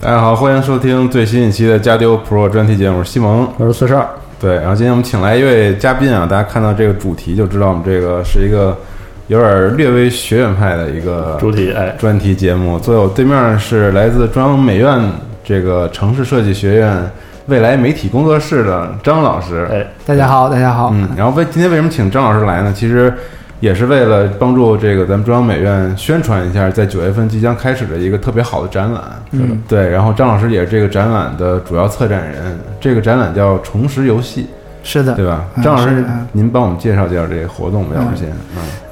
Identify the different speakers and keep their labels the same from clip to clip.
Speaker 1: 大家好，欢迎收听最新一期的《加丢 Pro》专题节目，我是西蒙。
Speaker 2: 我是四十二，
Speaker 1: 对，然后今天我们请来一位嘉宾啊，大家看到这个主题就知道我们这个是一个有点略微学院派的一个
Speaker 2: 主体哎，
Speaker 1: 专题节目。坐在我对面是来自中央美院这个城市设计学院未来媒体工作室的张老师。
Speaker 2: 哎
Speaker 3: 大家好，大家好。
Speaker 1: 嗯，然后为今天为什么请张老师来呢？其实也是为了帮助这个咱们中央美院宣传一下，在九月份即将开始的一个特别好的展览。
Speaker 3: 嗯，
Speaker 1: 对，然后张老师也是这个展览的主要策展人。这个展览叫“重拾游戏
Speaker 3: 是”，的
Speaker 1: 对，吧？
Speaker 3: 嗯
Speaker 1: 张老
Speaker 3: 是
Speaker 1: 师
Speaker 3: 的嗯，
Speaker 1: 您帮我们介绍介绍这个活动吧，要不先？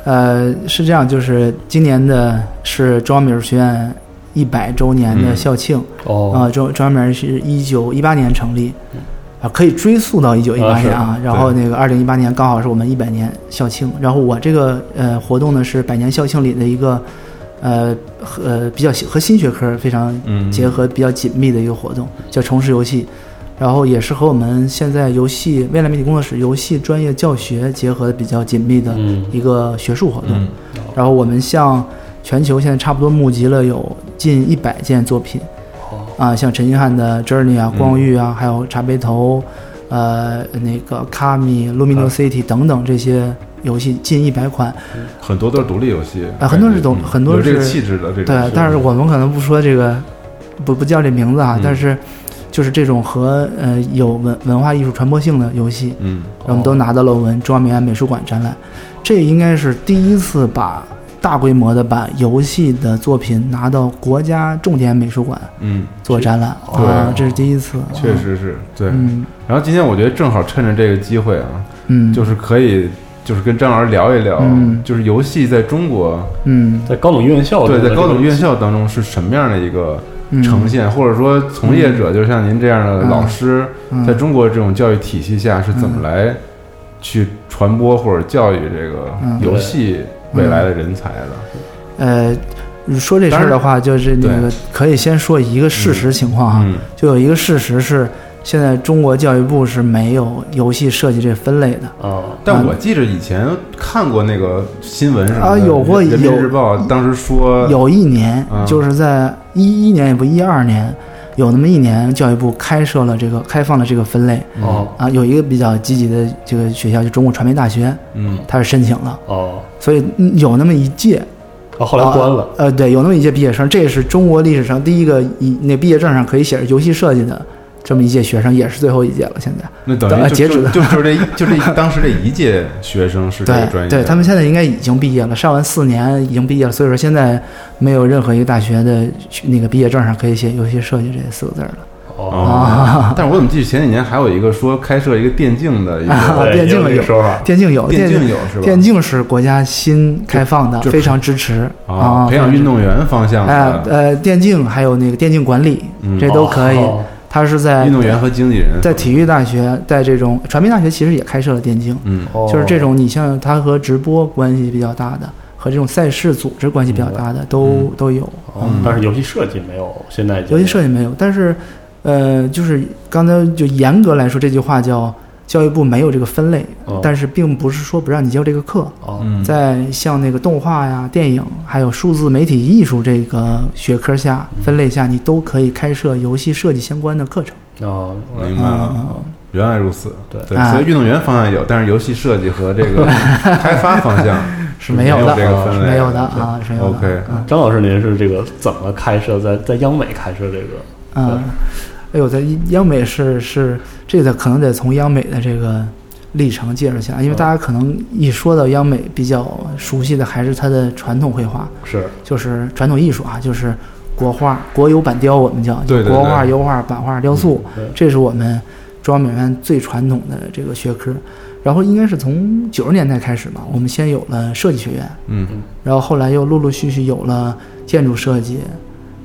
Speaker 3: 呃，是这样，就是今年的是中央美术学院一百周年的
Speaker 1: 嗯
Speaker 3: 校庆，啊、
Speaker 2: 哦，嗯
Speaker 3: 中中央美术是一九一八年成立，啊、可以追溯到一九一八
Speaker 2: 啊是
Speaker 3: 年啊。然后那个二零一八年刚好是我们一百年校庆，然后我这个呃活动呢是百年校庆里的一个呃和呃比较和新学科非常
Speaker 1: 嗯，
Speaker 3: 结合比较紧密的一个活动，叫重拾游戏，然后也是和我们现在游戏未来媒体工作室游戏专业教学结合的比较紧密的
Speaker 2: 嗯，
Speaker 3: 一个学术活动。
Speaker 1: 嗯，
Speaker 3: 然后我们向全球现在差不多募集了有近一百件作品
Speaker 2: 哦，
Speaker 3: 啊，像陈星汉的《Journey》啊、
Speaker 1: 嗯
Speaker 3: 光遇啊，还有茶杯头，呃，那个《卡米》《Lumino
Speaker 1: 啊
Speaker 3: City》等等这些游戏近一百款。
Speaker 1: 很多都是独立游戏，
Speaker 3: 啊很多是独
Speaker 1: 感觉
Speaker 3: 很多
Speaker 1: 有这个
Speaker 3: 是
Speaker 1: 气质的这种。
Speaker 3: 对，但是我们可能不说这个，不不叫这名字啊，
Speaker 1: 嗯
Speaker 3: 但是就是这种和呃有文文化艺术传播性的游戏，
Speaker 1: 嗯，
Speaker 3: 我们都拿到了我们中央美院美术馆展览，这应该是第一次把大规模的把游戏的作品拿到国家重点美术馆
Speaker 1: 嗯
Speaker 3: 做展览
Speaker 2: 对
Speaker 3: 啊，这是第一次，
Speaker 1: 嗯，确，实是对。
Speaker 3: 嗯
Speaker 1: 然后今天我觉得正好趁着这个机会啊，
Speaker 3: 嗯，
Speaker 1: 就是可以就是跟张老师聊一聊，
Speaker 3: 嗯
Speaker 1: 就是游戏在中国
Speaker 3: 嗯
Speaker 2: 在高等院校
Speaker 1: 对
Speaker 2: 中的
Speaker 1: 在
Speaker 2: 这
Speaker 1: 高
Speaker 2: 个
Speaker 1: 等院校当中是什么样的一个
Speaker 3: 嗯
Speaker 1: 呈现，或者说从业者，就像您这样的
Speaker 3: 嗯
Speaker 1: 老师。在
Speaker 3: 嗯
Speaker 1: 中国这种教育体系下，是怎么来去传播或者教育这个
Speaker 3: 嗯
Speaker 1: 游戏未来的人才的？
Speaker 3: 呃。说这事儿的话，就是那个可以先说一个事实情况啊，
Speaker 1: 嗯
Speaker 3: 就有一个事实是，现在中国教育部是没有游戏设计这分类的。
Speaker 2: 啊，
Speaker 1: 但我记着以前看过那个新闻什么的
Speaker 3: 啊有过
Speaker 1: 人人民
Speaker 3: 有嗯
Speaker 1: 日报当时说
Speaker 3: 有一年
Speaker 1: 啊，
Speaker 3: 就是在一一年也不一二年，有那么一年，教育部开设了这个开放了这个分类
Speaker 2: 哦，
Speaker 3: 啊。有一个比较积极的这个学校，就中国传媒大学，
Speaker 1: 嗯
Speaker 3: 它是申请了，
Speaker 2: 哦，
Speaker 3: 所以嗯有那么一届，
Speaker 2: 啊，后来关了，
Speaker 3: 呃，对，有那么一届毕业生，这也是中国历史上第一个以那毕业证上可以写着游戏设计的这么一届学生，也是最后一届了。现在。
Speaker 1: 那等于
Speaker 3: 啊
Speaker 1: 就
Speaker 3: 截止
Speaker 1: 就
Speaker 3: 了
Speaker 1: 就就这一就这一 当时这一届学生是这个专
Speaker 3: 对
Speaker 1: 业
Speaker 3: 对，他们现在应该已经毕业了，上完四年已经毕业了，所以说现在没有任何一个大学的那个毕业证上可以写游戏设计这四个字儿了
Speaker 2: 哦，
Speaker 1: 啊，但是我怎么记得前几年还有一个说开设一个电竞的一
Speaker 3: 啊
Speaker 1: 个
Speaker 2: 对
Speaker 3: 电竞
Speaker 2: 有这个
Speaker 3: 有
Speaker 2: 说法，
Speaker 3: 电竞有
Speaker 1: 电
Speaker 3: 竞
Speaker 1: 竞有是吧？
Speaker 3: 电竞是国家新开放的
Speaker 1: 就，就
Speaker 3: 非常支持
Speaker 1: 啊，培养运。动员方向
Speaker 3: 哎
Speaker 1: 的
Speaker 3: 呃，电竞还有那个电竞管理
Speaker 1: 嗯，
Speaker 3: 这都可以。
Speaker 2: 哦
Speaker 3: 它是在
Speaker 1: 运动员和经纪人
Speaker 3: 哎在体育大学，在这种传媒大学其实也开设了电竞，
Speaker 1: 嗯
Speaker 2: 哦
Speaker 3: 就是这种你像它和直播关系比较大的，和这种赛事组织关系比较大的
Speaker 1: 嗯
Speaker 3: 都都有。
Speaker 2: 哦但是游戏设计没有，现在已经
Speaker 3: 嗯游戏设计没有，但是，呃，就是刚才就严格来说，这句话叫教育部没有这个分类，
Speaker 2: 哦
Speaker 3: 但是并不是说不让你教这个课。
Speaker 2: 哦，
Speaker 1: 嗯
Speaker 3: 在像那个动画呀、电影，还有数字媒体艺术这个学科下分类下，你都可以开设游戏设计相关的课程。
Speaker 2: 哦，
Speaker 1: 明白了。
Speaker 3: 嗯，
Speaker 1: 原来如此，
Speaker 2: 对
Speaker 1: 对，
Speaker 3: 啊
Speaker 1: 所以运动员方向有，但是游戏设计和这个 开发方向
Speaker 3: 是没有
Speaker 1: 这个
Speaker 3: 的，
Speaker 1: 分
Speaker 3: 是
Speaker 1: 类，
Speaker 3: 没有的。啊，是没有的。
Speaker 1: OK
Speaker 3: 嗯
Speaker 2: 张老师，您是这个怎么开设在在央美开设这个？
Speaker 3: 嗯，哎呦，在央美是是这个可能得从央美的这个历程介绍起来，因为大家可能一说到央美，比较熟悉的还是它的传统绘画，
Speaker 2: 是
Speaker 3: 就是传统艺术啊，就是国画、国有板雕，我们叫
Speaker 1: 对对对嗯
Speaker 3: 国画、油画、版画、雕塑，
Speaker 2: 对
Speaker 3: 这是我们中央美院最传统的这个学科。然后应该是从九十年代开始嘛，我们先有了设计学院，
Speaker 1: 嗯
Speaker 3: 然后后来又陆陆续续有了建筑设计、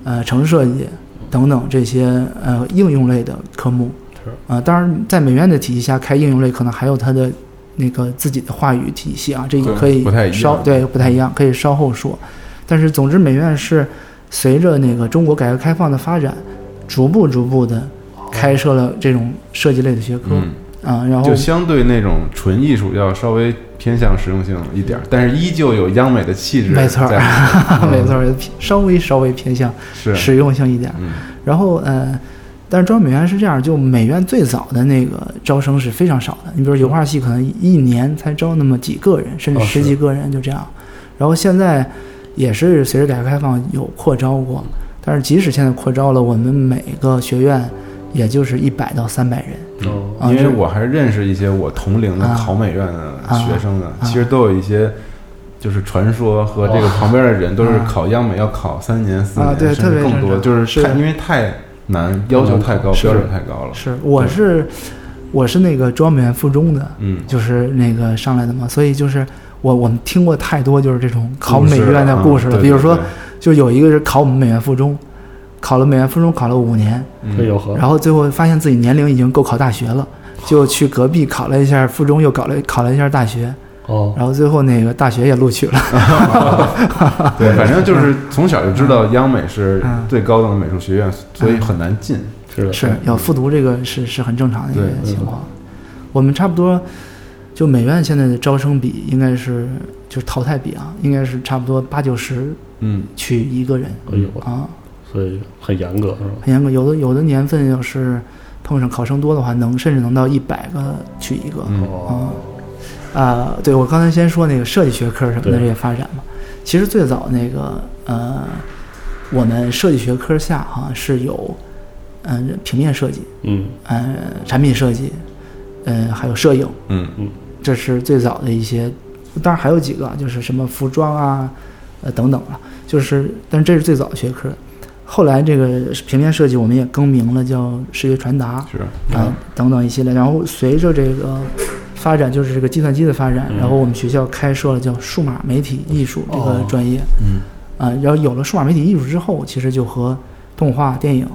Speaker 3: 呃城市设计等等这些呃应用类的科目。
Speaker 2: 是
Speaker 3: 呃，当然在美院的体系下开应用类，可能还有它的那个自己的话语体系啊，这个
Speaker 1: 对
Speaker 3: 可以
Speaker 1: 不太一样
Speaker 3: 稍对不太一样，可以稍后说。但是总之，美院是随着那个中国改革开放的发展，逐步逐步的开设了这种设计类的学科
Speaker 1: 嗯，
Speaker 3: 啊、然后
Speaker 1: 就相对那种纯艺术要稍微偏向实用性一点儿，但是依旧有央美的气质在。
Speaker 3: 没错儿 没错儿，稍微稍微偏向
Speaker 1: 是
Speaker 3: 实用性一点。
Speaker 1: 嗯
Speaker 3: 然后呃，但是中央美院是这样，就美院最早的那个招生是非常少的，你比如油画系可能一年才招那么几个人，甚至
Speaker 2: 哦
Speaker 3: 十
Speaker 2: 是
Speaker 3: 几个人就这样。然后现在也是随着改革开放有扩招过，但是即使现在扩招了，我们每个学院也就是一百到三百人。
Speaker 2: 哦
Speaker 3: 啊
Speaker 1: 因为
Speaker 3: 是
Speaker 1: 我还认识一些我同龄的
Speaker 3: 啊
Speaker 1: 考美院的学生呢，
Speaker 3: 啊
Speaker 1: 其实都有一些就是传说和这个旁边的人都是
Speaker 3: 啊
Speaker 1: 考央美要考三年、四
Speaker 3: 啊
Speaker 1: 年，
Speaker 3: 对
Speaker 1: 甚
Speaker 3: 特
Speaker 1: 至
Speaker 3: 别
Speaker 1: 更多，
Speaker 3: 认
Speaker 1: 就
Speaker 3: 识
Speaker 1: 是太
Speaker 3: 是
Speaker 1: 因为太难，要求太高，
Speaker 3: 是
Speaker 1: 标准太高了。
Speaker 3: 是，我是我是那个中央美院附中的，
Speaker 1: 嗯，
Speaker 3: 就是那个上来的嘛，所以就是我我们听过太多就是这种考美院的故事
Speaker 1: 嗯
Speaker 3: 了，比如说
Speaker 1: 对对对
Speaker 3: 就有一个是考我们美院附中，考了美院附中考了五年，
Speaker 1: 嗯
Speaker 2: 这有何
Speaker 3: 然后最后发现自己年龄已经够考大学了，就去隔壁考了一下附中，又考了考了一下大学，
Speaker 2: 哦
Speaker 3: 然后最后那个大学也录取了。
Speaker 1: 对，反正就是从小就知道央美是
Speaker 3: 啊嗯
Speaker 1: 最高等的美术学院，所以很难进。
Speaker 2: 是的
Speaker 3: 是要复读，这个是是很正常的一
Speaker 1: 对
Speaker 3: 个情况。我们差不多，就美院现在的招生比应该是，就是淘汰比啊，应该是差不多八九十
Speaker 1: 嗯，
Speaker 3: 取一个人
Speaker 2: 哎呦，
Speaker 3: 啊，
Speaker 2: 所以很严格是吧？
Speaker 3: 很严格。有的有的年份要是碰上考生多的话，能甚至能到一百个取一个。
Speaker 1: 嗯
Speaker 2: 哦，
Speaker 3: 啊，啊，对我刚才先说那个设计学科什么的
Speaker 2: 对
Speaker 3: 这些发展嘛，其实最早那个呃，我们设计学科下哈、是有嗯、平面设计，
Speaker 2: 嗯，
Speaker 3: 呃产品设计，呃还有摄影，
Speaker 1: 嗯
Speaker 3: 这是最早的一些，当然还有几个啊就是什么服装啊，呃等等啊，就是但是这是最早的学科。后来这个平面设计我们也更名了，叫视觉传达。
Speaker 1: 嗯是
Speaker 3: 啊等等一系列。然后随着这个发展，就是这个计算机的发展，
Speaker 2: 嗯
Speaker 3: 然后我们学校开设了叫数码媒体艺术这个
Speaker 2: 哦
Speaker 3: 专业。
Speaker 1: 嗯
Speaker 3: 啊、然后有了数码媒体艺术之后，其实就和动画、电影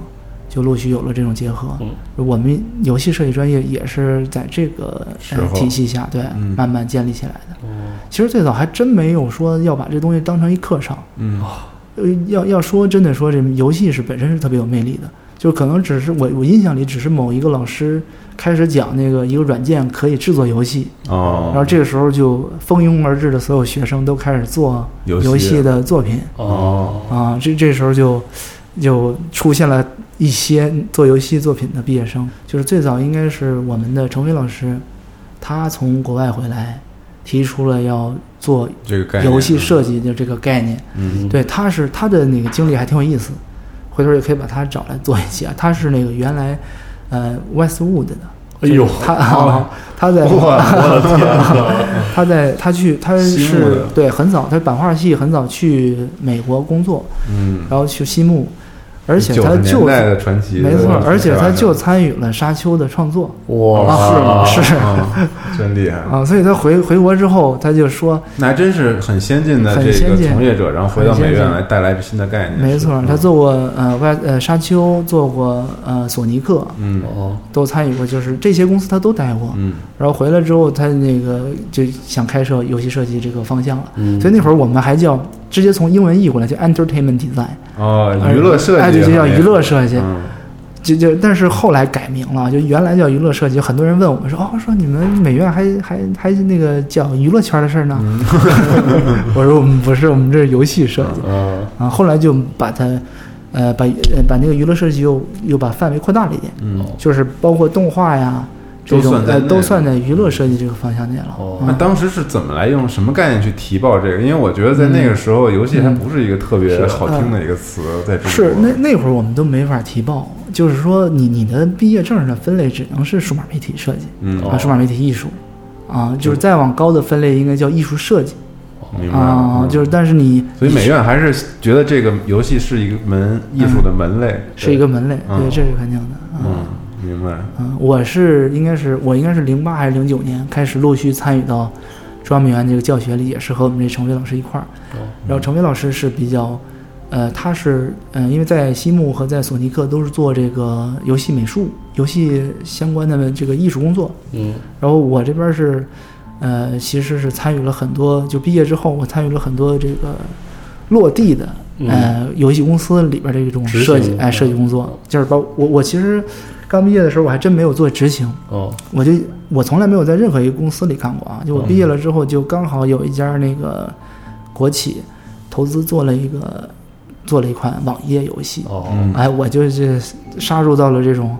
Speaker 3: 就陆续有了这种结
Speaker 1: 哦
Speaker 3: 合。
Speaker 2: 嗯
Speaker 3: 我们游戏设计专业也是在这个、
Speaker 1: 时
Speaker 3: 呃、
Speaker 1: 候
Speaker 3: 体系下，对、
Speaker 1: 嗯
Speaker 3: 慢慢建立起来的。
Speaker 2: 哦，
Speaker 3: 其实最早还真没有说要把这东西当成一课上。
Speaker 1: 嗯
Speaker 3: 呃，要要说真的说，这游戏是本身是特别有魅力的，就可能只是我我印象里只是某一个老师开始讲那个一个软件可以制作游戏，
Speaker 1: 哦，
Speaker 3: 然后这个时候就蜂拥而至的所有学生都开始做
Speaker 1: 游戏
Speaker 3: 游戏的作品
Speaker 1: 哦
Speaker 2: 哦，
Speaker 3: 啊，这这时候就就出现了一些做游戏作品的毕业生，就是最早应该是我们的程飞老师，他从国外回来提出了要做
Speaker 1: 这个概念
Speaker 3: 游戏设计的这个概念。
Speaker 1: 嗯
Speaker 3: 对，他是他的那个经历还挺有意思，回头也可以把他找来做一期啊。他是那个原来呃 Westwood 的，
Speaker 2: 哎呦，
Speaker 3: 他、啊，他 在
Speaker 2: 我的天哪！
Speaker 3: 他在他去他
Speaker 1: 西木
Speaker 3: 是
Speaker 1: 的
Speaker 3: 对很早，他版画系很早去美国工作，
Speaker 1: 嗯，
Speaker 3: 然后去西木，而且他
Speaker 1: 90
Speaker 3: 就
Speaker 1: 年代的传奇的
Speaker 3: 没
Speaker 1: 这
Speaker 3: 错
Speaker 1: 个玩意儿，，
Speaker 3: 而且他就参与了《沙丘》的创作
Speaker 1: 哇
Speaker 2: 哦哇，
Speaker 3: 是吗是
Speaker 1: 啊真厉害！
Speaker 3: 啊，所以他回回国之后，他就说
Speaker 1: 那还真是很先进的
Speaker 3: 很
Speaker 1: 这个
Speaker 3: 先进
Speaker 1: 从业者，然后回到
Speaker 3: 很
Speaker 1: 美
Speaker 3: 先
Speaker 1: 院
Speaker 3: 进
Speaker 1: 来带来新的概念。
Speaker 3: 没错
Speaker 1: 是，嗯
Speaker 3: 他做过呃外呃《沙丘》，做过呃索尼克，
Speaker 1: 嗯
Speaker 2: 哦，
Speaker 3: 都参与过，就是这些公司他都待过。
Speaker 1: 嗯
Speaker 3: 然后回来之后，他那个就想开设游戏设计这个方向了。
Speaker 2: 嗯
Speaker 3: 所以那会儿我们还叫直接从英文译过来叫 entertainment design，
Speaker 1: 哦，娱乐设计行业，
Speaker 3: 哎，对，就叫娱乐设计。
Speaker 1: 嗯
Speaker 3: 就就但是后来改名了，就原来叫娱乐设计。很多人问我们说，哦，说你们美院还还还那个讲娱乐圈的事儿呢？
Speaker 1: 嗯
Speaker 3: 我说我们不是，我们这是游戏设计。
Speaker 2: 嗯，
Speaker 3: 啊，后来就把它，呃，把呃把那个娱乐设计又又把范围扩大了一点。
Speaker 1: 嗯。
Speaker 3: 就是包括动画呀，这
Speaker 1: 都
Speaker 3: 种
Speaker 1: 算在
Speaker 3: 呃
Speaker 1: 内
Speaker 3: 都算在娱乐设计这个方向内了。嗯
Speaker 2: 哦
Speaker 1: 那当时是怎么来用什么概念去提报这个？因为我觉得在
Speaker 3: 嗯
Speaker 1: 那个时候，游戏还不是一个特别好听的一个词，在中国
Speaker 3: 是那那会儿我们都没法提报，就是说你你的毕业证上的分类只能是数码媒体设计、
Speaker 1: 嗯
Speaker 3: 啊，数码媒体艺术啊，就是再往高的分类应该叫艺术设计
Speaker 1: 明白了
Speaker 3: 啊，
Speaker 1: 嗯
Speaker 3: 就是但是你
Speaker 1: 所以美院还是觉得这个游戏是一个门艺术的门类，
Speaker 3: 嗯是一个门类，
Speaker 1: 嗯
Speaker 3: 对，这是肯定的啊。
Speaker 1: 嗯，明白，
Speaker 3: 嗯，我是应该是我应该是零八还是零九年开始陆续参与到中央美院这个教学里，也是和我们这程飞老师一块儿。
Speaker 2: 哦
Speaker 3: 然后程飞老师是比较，呃，他是嗯、呃因为在西木和在索尼克都是做这个游戏美术、游戏相关的这个艺术工作。
Speaker 2: 嗯
Speaker 3: 然后我这边是，呃，其实是参与了很多，就毕业之后我参与了很多这个落地的
Speaker 2: 嗯
Speaker 3: 呃，游戏公司里边这种
Speaker 2: 执行
Speaker 3: 设计，哎，
Speaker 2: 嗯
Speaker 3: 设计工作，就是包我我其实刚毕业的时候，我还真没有做执行，
Speaker 2: 哦
Speaker 3: 我就我从来没有在任何一个公司里干过啊，
Speaker 2: 嗯
Speaker 3: 就我毕业了之后，就刚好有一家那个国企投资做了一个做了一款网页游戏，
Speaker 2: 哦
Speaker 1: 嗯
Speaker 3: 哎，我就是杀入到了这种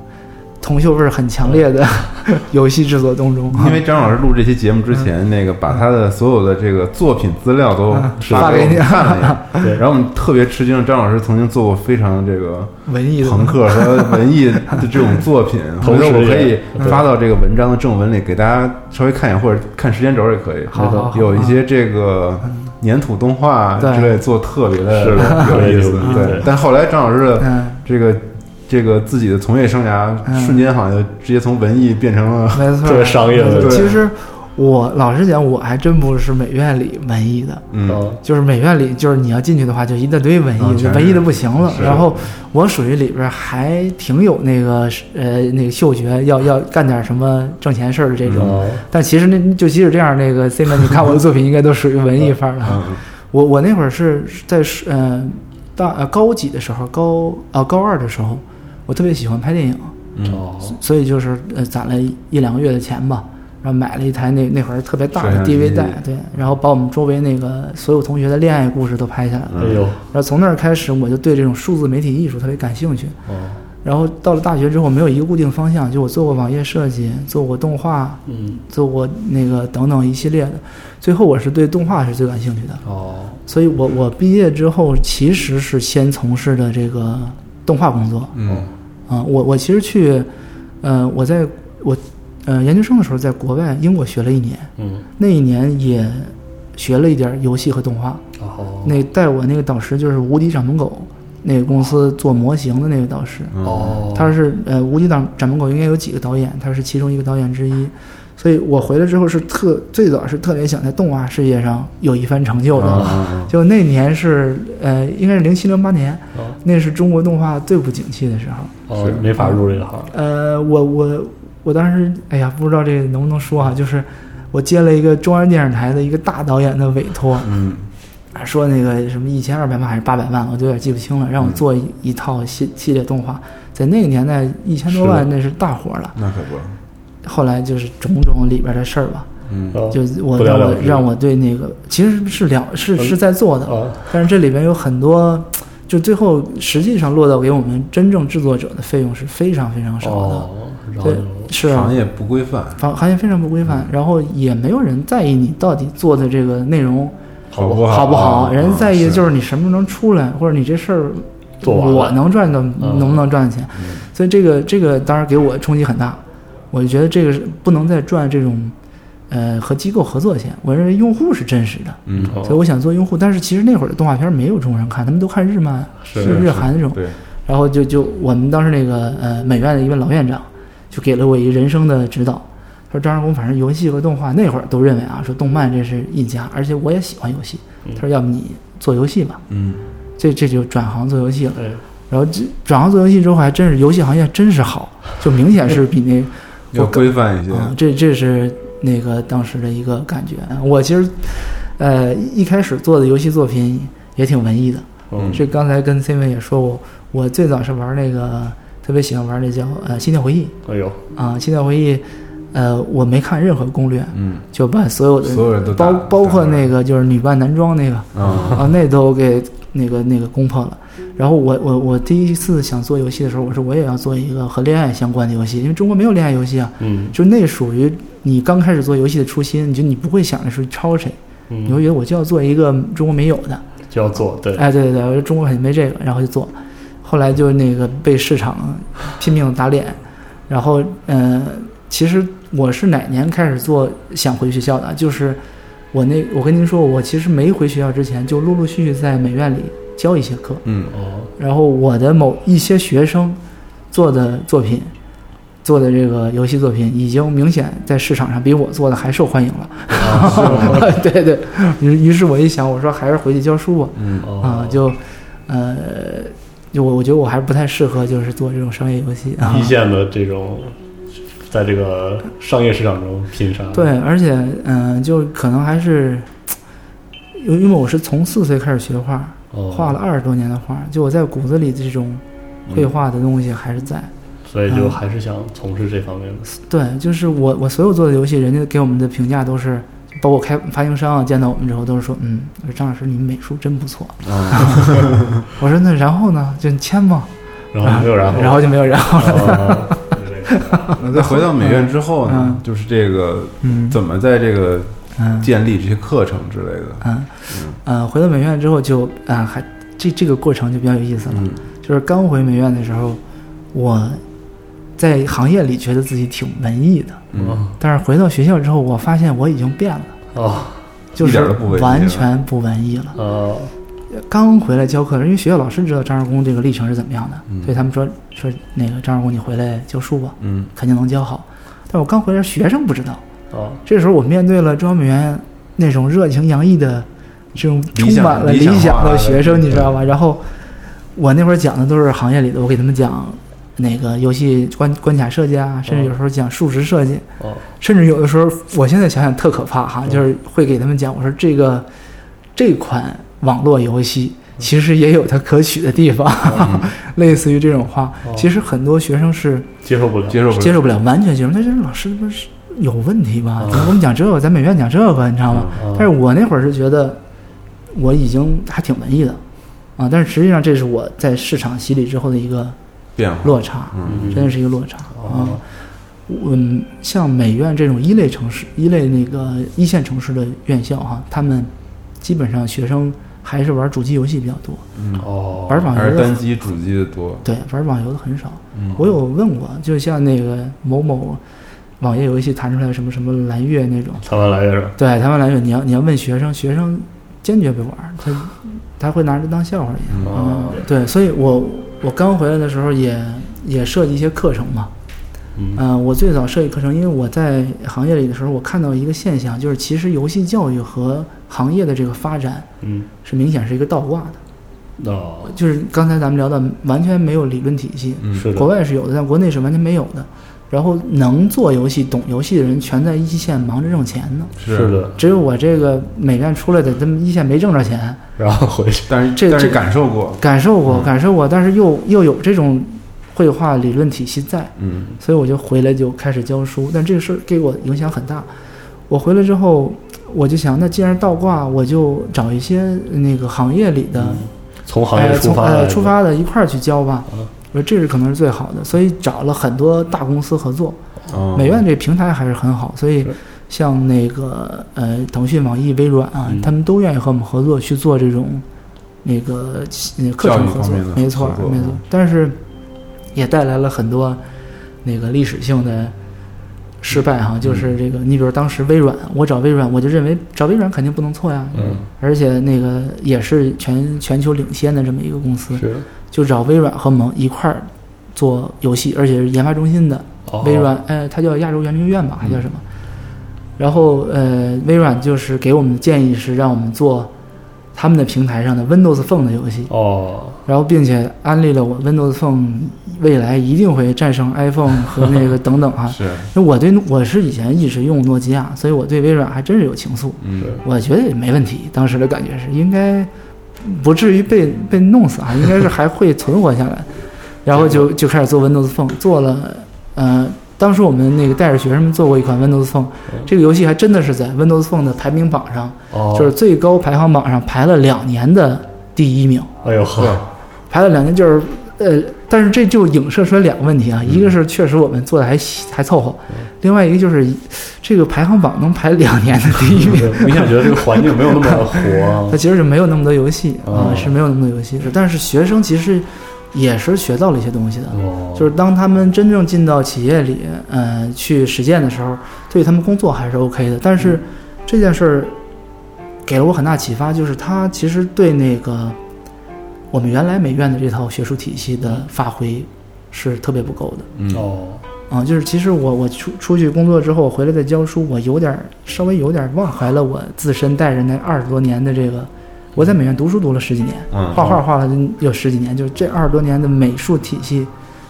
Speaker 3: 铜臭味儿很强烈的游戏制作当中，啊
Speaker 1: 因为张老师录这期节目之前，那个把他的所有的这个作品资料都
Speaker 3: 嗯
Speaker 1: 发我
Speaker 3: 发给
Speaker 1: 们
Speaker 3: 你
Speaker 1: 看了一眼，
Speaker 2: 对，
Speaker 1: 然后我们特别吃惊，张老师曾经做过非常这个
Speaker 3: 文艺的
Speaker 1: 朋克和文艺的这种作品，
Speaker 2: 同
Speaker 1: 回
Speaker 2: 时
Speaker 1: 头我
Speaker 2: 也
Speaker 1: 可以发到这个文章的正文里给大家稍微看一眼，或者看时间轴也可以。
Speaker 3: 好好好
Speaker 1: 有一些这个粘土动画之类做特别的
Speaker 2: 是的
Speaker 1: 有意思
Speaker 2: 对。对
Speaker 1: 对
Speaker 2: 对，
Speaker 1: 但后来张老师的
Speaker 3: 嗯，
Speaker 1: 这个这个自己的从业生涯，
Speaker 3: 嗯
Speaker 1: 瞬间好像就直接从文艺变成了
Speaker 3: 没错，
Speaker 2: 特别商业的
Speaker 3: 没错
Speaker 1: 对
Speaker 3: 其实我老实讲，我还真不是美院里文艺的，
Speaker 1: 嗯，
Speaker 2: 哦
Speaker 3: 就是美院里，就是你要进去的话，就一大堆文
Speaker 1: 啊
Speaker 3: 艺，
Speaker 1: 全是
Speaker 3: 文艺的不行了。
Speaker 1: 是
Speaker 3: 然后我属于里边还挺有那个呃那个嗅觉，要要干点什么挣钱事儿的这种。
Speaker 2: 哦
Speaker 3: 但其实那就即使这样，那个 C 们，你看我的作品应该都属于文艺范儿的哈。
Speaker 1: 嗯
Speaker 3: 我我那会儿是在呃大呃高几的时候，高啊、高二的时候，我特别喜欢拍电影。
Speaker 1: 嗯
Speaker 2: 哦
Speaker 3: 所以就是呃攒了一一两个月的钱吧，然后买了一台那那会儿特别大
Speaker 1: 摄
Speaker 3: 的
Speaker 1: 像机
Speaker 3: DV 带，对，然后把我们周围那个所有同学的恋爱故事都拍下来了。
Speaker 1: 嗯
Speaker 2: 哎呦
Speaker 3: 然后从那儿开始，我就对这种数字媒体艺术特别感兴趣。
Speaker 2: 哦
Speaker 3: 然后到了大学之后，没有一个固定方向，就我做过网页设计，做过动画，
Speaker 2: 嗯
Speaker 3: 做过那个等等一系列的。最后我是对动画是最感兴趣的，
Speaker 2: 哦
Speaker 3: 所以我我毕业之后其实是先从事的这个动画工作。
Speaker 1: 嗯
Speaker 3: 啊、我我其实去，呃，我在我呃研究生的时候，在国外英国学了一年，
Speaker 2: 嗯
Speaker 3: 那一年也学了一点儿游戏和动画。
Speaker 2: 哦
Speaker 3: 那带我那个导师就是无敌掌门狗那个公司做模型的那个导师，
Speaker 1: 嗯
Speaker 2: 哦
Speaker 3: 他是呃无敌掌掌门狗应该有几个导演，他是其中一个导演之一。所以我回来之后是特最早是特别想在动画事业上有一番成就的，
Speaker 2: 哦
Speaker 1: 嗯
Speaker 3: 就那年是呃应该是零七零八年，
Speaker 2: 哦
Speaker 3: 那是中国动画最不景气的时候。
Speaker 2: 哦没法入这个行
Speaker 3: 呃，我我我当时，哎呀，不知道这个能不能说哈、就是我接了一个中央电视台的一个大导演的委托，
Speaker 1: 嗯
Speaker 3: 啊说那个什么一千二百万还是八百万，我都有点记不清了，让我做一一套系系列动画，在那个年代一千多万那是大活儿了。
Speaker 1: 那可不，
Speaker 3: 后来就是种种里边的事儿吧，
Speaker 1: 嗯
Speaker 2: 哦
Speaker 3: 就我
Speaker 2: 不了
Speaker 3: 让
Speaker 2: 了
Speaker 3: 我
Speaker 2: 之哦
Speaker 3: 让我对那个其实是了是
Speaker 2: 嗯
Speaker 3: 是在做的，
Speaker 2: 啊
Speaker 3: 但是这里边有很多。就最后实际上落到给我们真正制作者的费用是非常非常少的，
Speaker 2: 哦嗯然后
Speaker 3: 对是啊
Speaker 1: 行业不规范，
Speaker 3: 行行业非常不规范，然后也没有人在意你到底做的这个内容
Speaker 1: 好啊
Speaker 2: 不嗯
Speaker 1: 不
Speaker 3: 好不好，人在意的就是是你什么时候能出来，或者你这事儿
Speaker 2: 做完了嗯
Speaker 3: 我能赚到能不能赚钱，所以这个这个当然给我冲击很大，我就觉得这个是不能再赚这种呃和机构合作钱，我认为用户是真实的，
Speaker 1: 嗯
Speaker 2: 哦
Speaker 3: 所以我想做用户，但是其实那会儿的动画片没有中国人看，他们都看日漫、
Speaker 2: 是
Speaker 3: 日日韩这种，
Speaker 1: 对，
Speaker 3: 然后就就我们当时那个呃美院的一位老院长，就给了我一人生的指导。他说张二公，反正游戏和动画那会儿都认为啊，说动漫这是一家，而且我也喜欢游戏。他说要不你做游戏吧，
Speaker 1: 嗯
Speaker 3: 这这就转行做游戏了。
Speaker 2: 哎
Speaker 3: 然后这转行做游戏之后，还真是游戏行业真是好，就明显是比那
Speaker 1: 要规范一些，
Speaker 3: 啊，这这是那个当时的一个感觉。我其实，呃，一开始做的游戏作品也挺文艺的。
Speaker 1: 嗯
Speaker 3: 这刚才跟 C 妹也说过，我最早是玩那个特别喜欢玩那叫呃《心跳回忆
Speaker 2: 哎呦》
Speaker 3: 啊，《心跳回忆》，呃，我没看任何攻略，
Speaker 1: 嗯
Speaker 3: 就把所有的
Speaker 1: 所有人都打
Speaker 3: 包包括
Speaker 1: 打完了
Speaker 3: 那个就是女扮男 装那个
Speaker 1: 啊
Speaker 3: 啊，那都给那个那个攻破了。然后我我我第一次想做游戏的时候，我说我也要做一个和恋爱相关的游戏，因为中国没有恋爱游戏啊。
Speaker 2: 嗯
Speaker 3: 就那属于你刚开始做游戏的初心，你就你不会想着是抄谁，你
Speaker 2: 嗯
Speaker 3: 会觉得我就要做一个中国没有的，
Speaker 2: 就要做对
Speaker 3: 哎，对对对，我说中国肯定没这个，然后就做，后来就那个被市场拼命打脸，然后呃，其实我是哪年开始做想回学校的？就是我那我跟您说，我其实没回学校之前，就陆陆续续在美院里教一些课，
Speaker 1: 嗯
Speaker 2: 哦，
Speaker 3: 然后我的某一些学生做的作品，做的这个游戏作品，已经明显在市场上比我做的还受欢迎了。 对对，于于是我一想，我说还是回去教书吧。
Speaker 1: 嗯
Speaker 2: 哦
Speaker 3: 啊、就呃，就我我觉得我还是不太适合就是做这种商业游戏啊
Speaker 2: 一。线的这种，在这个商业市场中拼杀。
Speaker 3: 对，而且嗯、呃就可能还是，因为因为我是从四岁开始学画，
Speaker 2: 哦，
Speaker 3: 画了二十多年的画，就我在骨子里这种
Speaker 2: 嗯
Speaker 3: 绘画的东西还是在。
Speaker 2: 所以就
Speaker 3: 嗯啊
Speaker 2: 还是想从事这方面的。
Speaker 3: 对，就是我我所有做的游戏，人家给我们的评价都是。包括开发行商啊，见到我们之后都是说，嗯，张老师你美术真不错。
Speaker 1: 啊，
Speaker 3: 我说那然后呢？就你签吧。
Speaker 2: 然后就没有然后，
Speaker 3: 然后就没有然后。
Speaker 2: 哦对对对
Speaker 1: 那再回到美院之后呢，就是这个
Speaker 3: 嗯，
Speaker 1: 怎么在这个
Speaker 3: 嗯
Speaker 1: 建立这些课程之类的，
Speaker 3: 嗯，呃，回到美院之后就啊、还这这个过程就比较有意思了。
Speaker 1: 嗯
Speaker 3: 就是刚回美院的时候，我在行业里觉得自己挺文艺的，
Speaker 1: 嗯，
Speaker 3: 但是回到学校之后，我发现我已经变了，
Speaker 2: 哦
Speaker 3: 就
Speaker 1: 一
Speaker 3: 是
Speaker 1: 点都不文艺了
Speaker 3: 完全不文艺了。
Speaker 2: 哦
Speaker 3: 刚回来教课，因为学校老师知道张二公这个历程是怎么样的，
Speaker 1: 嗯
Speaker 3: 所以他们说说那个张二公你回来教书吧，
Speaker 1: 嗯
Speaker 3: 肯定能教好。但我刚回来，学生不知道。
Speaker 2: 哦，
Speaker 3: 这时候我面对了中央美院那种热情洋溢的、这种
Speaker 1: 理
Speaker 3: 充
Speaker 1: 想
Speaker 3: 满了
Speaker 1: 理
Speaker 3: 理
Speaker 1: 想
Speaker 3: 想
Speaker 1: 化的
Speaker 3: 的学生，你知道
Speaker 1: 对
Speaker 3: 吧？然后我那会儿讲的都是行业里的，我给他们讲那个游戏关关卡设计啊，甚至有时候讲数值设计，
Speaker 2: 哦
Speaker 3: 甚至有的时候，我现在想想特可怕哈，就是会给他们讲，我说这个这款网络游戏其实也有它可取的地方，
Speaker 1: 嗯
Speaker 3: 类似于这种话
Speaker 2: 哦，
Speaker 3: 其实很多学生是。
Speaker 2: 接受不了，
Speaker 1: 接受不了，
Speaker 3: 接受不了，完全接受不了。他觉得老师不是有问题吧？
Speaker 2: 嗯
Speaker 3: 怎么给我们讲这个，咱美院讲这个，你知道吗？
Speaker 2: 嗯
Speaker 3: 但是我那会儿是觉得我已经还挺文艺的啊，但是实际上这是我在市场洗礼之后的一个
Speaker 1: 变化，
Speaker 3: 落差，
Speaker 2: 嗯
Speaker 3: 真的是一个落差啊
Speaker 2: 哦。
Speaker 3: 嗯，像美院这种一类城市、一类那个一线城市的院校哈、他们基本上学生还是玩主机游戏比较多，
Speaker 2: 哦，
Speaker 3: 嗯玩
Speaker 1: 嗯
Speaker 3: 网
Speaker 1: 还
Speaker 3: 游
Speaker 1: 是
Speaker 3: 的
Speaker 1: 单机主机的多，
Speaker 3: 对玩网游的很少。
Speaker 1: 嗯
Speaker 3: 我有问过，就像那个某某网页游戏弹出来什么什么蓝月那种，
Speaker 2: 台湾来月是
Speaker 3: 对台湾蓝月，你要你要问学生，学生坚决不玩儿，他他会拿着当笑话一
Speaker 1: 嗯
Speaker 3: 样。嗯
Speaker 2: 哦，
Speaker 3: 对，所以我我刚回来的时候也也设计一些课程嘛。
Speaker 2: 嗯
Speaker 3: 嗯、我最早设计课程，因为我在行业里的时候，我看到一个现象，就是其实游戏教育和行业的这个发展
Speaker 2: 嗯
Speaker 3: 是明显是一个倒挂的，
Speaker 2: 哦，
Speaker 3: 就是刚才咱们聊的完全没有理论体系，
Speaker 1: 嗯
Speaker 2: 是的，
Speaker 3: 国外是有的，但国内是完全没有的。然后能做游戏、懂游戏的人，全在一线忙着挣钱呢。
Speaker 2: 是，的，
Speaker 3: 只有我这个美院出来的，他们一线没挣着钱，
Speaker 2: 然后回去
Speaker 1: 但是
Speaker 3: 这
Speaker 1: 但是
Speaker 3: 这
Speaker 1: 感受过，
Speaker 3: 感受过，
Speaker 1: 嗯
Speaker 3: 感受过，但是又又有这种绘画理论体系在，
Speaker 1: 嗯
Speaker 3: 所以我就回来就开始教书。但这个事儿给我影响很大。我回来之后，我就想，那既然倒挂，我就找一些那个行业里的、
Speaker 1: 嗯
Speaker 2: 嗯从行
Speaker 3: 嗯哎，
Speaker 2: 业
Speaker 3: 从
Speaker 2: 出发来
Speaker 3: 呃
Speaker 2: 的
Speaker 3: 出发的一块儿去教吧
Speaker 2: 啊。
Speaker 1: 嗯
Speaker 3: 我说这是可能是最好的，所以找了很多大公司合作。
Speaker 1: 哦
Speaker 3: 美院这平台还是很好，所以
Speaker 2: 是
Speaker 3: 像那个呃腾讯、网易、微软啊
Speaker 2: 嗯，
Speaker 3: 他们都愿意和我们合作去做这种那个呃课
Speaker 1: 教
Speaker 3: 程合
Speaker 1: 育方
Speaker 3: 作
Speaker 1: 面的，
Speaker 3: 没错
Speaker 1: 合作
Speaker 3: 没错
Speaker 1: 嗯。
Speaker 3: 但是也带来了很多那个历史性的。失败
Speaker 1: 嗯
Speaker 3: 哈，就是这个。你比如当时微软，我找微软，我就认为找微软肯定不能错呀，
Speaker 2: 嗯
Speaker 3: 而且那个也是全全球领先的这么一个公司，
Speaker 2: 是
Speaker 3: 就找微软和盟一块儿做游戏，而且是研发中心的。
Speaker 2: 哦嗯
Speaker 3: 微软，哎，它叫亚洲研究院吧，还叫什么？然后呃，微软就是给我们的建议是让我们做他们的平台上的 Windows Phone 的游戏，
Speaker 2: 哦
Speaker 3: 然后并且安利了我 Windows Phone 未来一定会战胜 iPhone 和那个等等啊。
Speaker 1: 是，
Speaker 3: 因为我对我是以前一直用诺基亚，所以我对微软还真是有情愫。
Speaker 1: 嗯
Speaker 2: 是
Speaker 3: 我觉得也没问题，当时的感觉是应该不至于被被弄死啊，应该是还会存活下来。然后就就开始做 Windows Phone，做了呃，当时我们那个带着学生们做过一款 Windows Phone，这个游戏还真的是在 Windows Phone 的排名榜上，
Speaker 2: 哦，
Speaker 3: 就是最高排行榜上排了两年的第一名，
Speaker 2: 哎呦
Speaker 1: 对
Speaker 2: 呵，
Speaker 3: 排了两年就是。呃，但是这就影射出来两个问题啊，一个是确实我们做的还还凑合，另外一个就是这个排行榜能排两年的第一名，
Speaker 2: 明显觉得这个环境没有那么
Speaker 3: 它
Speaker 2: 活，
Speaker 3: 其实是没有那么多游戏啊、
Speaker 2: 哦
Speaker 3: 是没有那么多游戏的。但是学生其实也是学到了一些东西的。
Speaker 2: 哦，
Speaker 3: 就是当他们真正进到企业里，呃，去实践的时候，对他们工作还是 OK 的。但
Speaker 2: 嗯
Speaker 3: 是这件事儿给了我很大启发，就是他其实对那个我们原来美院的这套学术体系的发挥是特别不够的。
Speaker 1: 嗯
Speaker 2: 哦，
Speaker 3: 啊、就是其实我我出出去工作之后回来再教书，我有点儿稍微有点儿忘怀了我自身带着那二十多年的这个，我在美院读书读了十几年，
Speaker 1: 嗯
Speaker 3: 画画画了有十几年，就是这二十多年的美术体系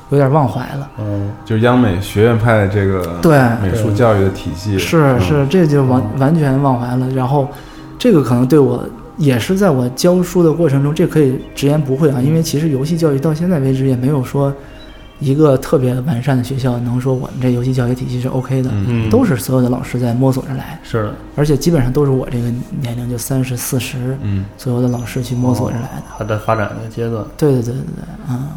Speaker 3: 有点儿忘怀了。
Speaker 2: 嗯，
Speaker 1: 就是央美学院派这个
Speaker 3: 对，
Speaker 1: 美术教育的体系
Speaker 3: 是是，这就完
Speaker 2: 嗯
Speaker 3: 完全忘怀了。然后，这个可能对我也是在我教书的过程中，这可以直言不讳啊，因为其实游戏教育到现在为止也没有说一个特别完善的学校能说我们这游戏教育体系是 OK 的，
Speaker 1: 嗯
Speaker 2: 嗯，
Speaker 3: 都是所有的老师在摸索着来，
Speaker 2: 是的，
Speaker 3: 而且基本上都是我这个年龄就三十四十
Speaker 1: 嗯
Speaker 3: 左右的老师去摸索着来的。
Speaker 2: 还在发展的阶段。
Speaker 3: 对对对对对，嗯，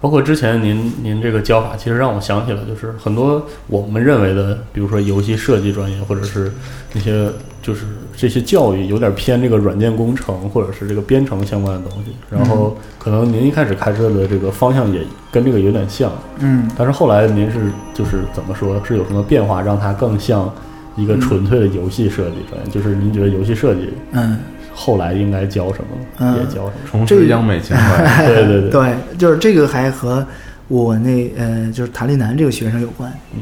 Speaker 2: 包括之前您您这个教法，其实让我想起了，就是很多我们认为的，比如说游戏设计专业，或者是那些就是这些教育有点偏这个软件工程或者是这个编程相关的东西。然后可能您一开始开设的这个方向也跟这个有点像，
Speaker 3: 嗯，
Speaker 2: 但是后来您是就是怎么说是有什么变化，让它更像一个纯粹的游戏设计专业？就是您觉得游戏设计
Speaker 3: 嗯，
Speaker 2: 后来应该教什么，
Speaker 3: 嗯
Speaker 2: 也教什
Speaker 1: 重
Speaker 2: 么？
Speaker 3: 这个
Speaker 1: 拾央美情 怀，
Speaker 2: 对对对
Speaker 3: 对，就是这个还和我那呃，就是谭立南这个学生有关。
Speaker 2: 嗯，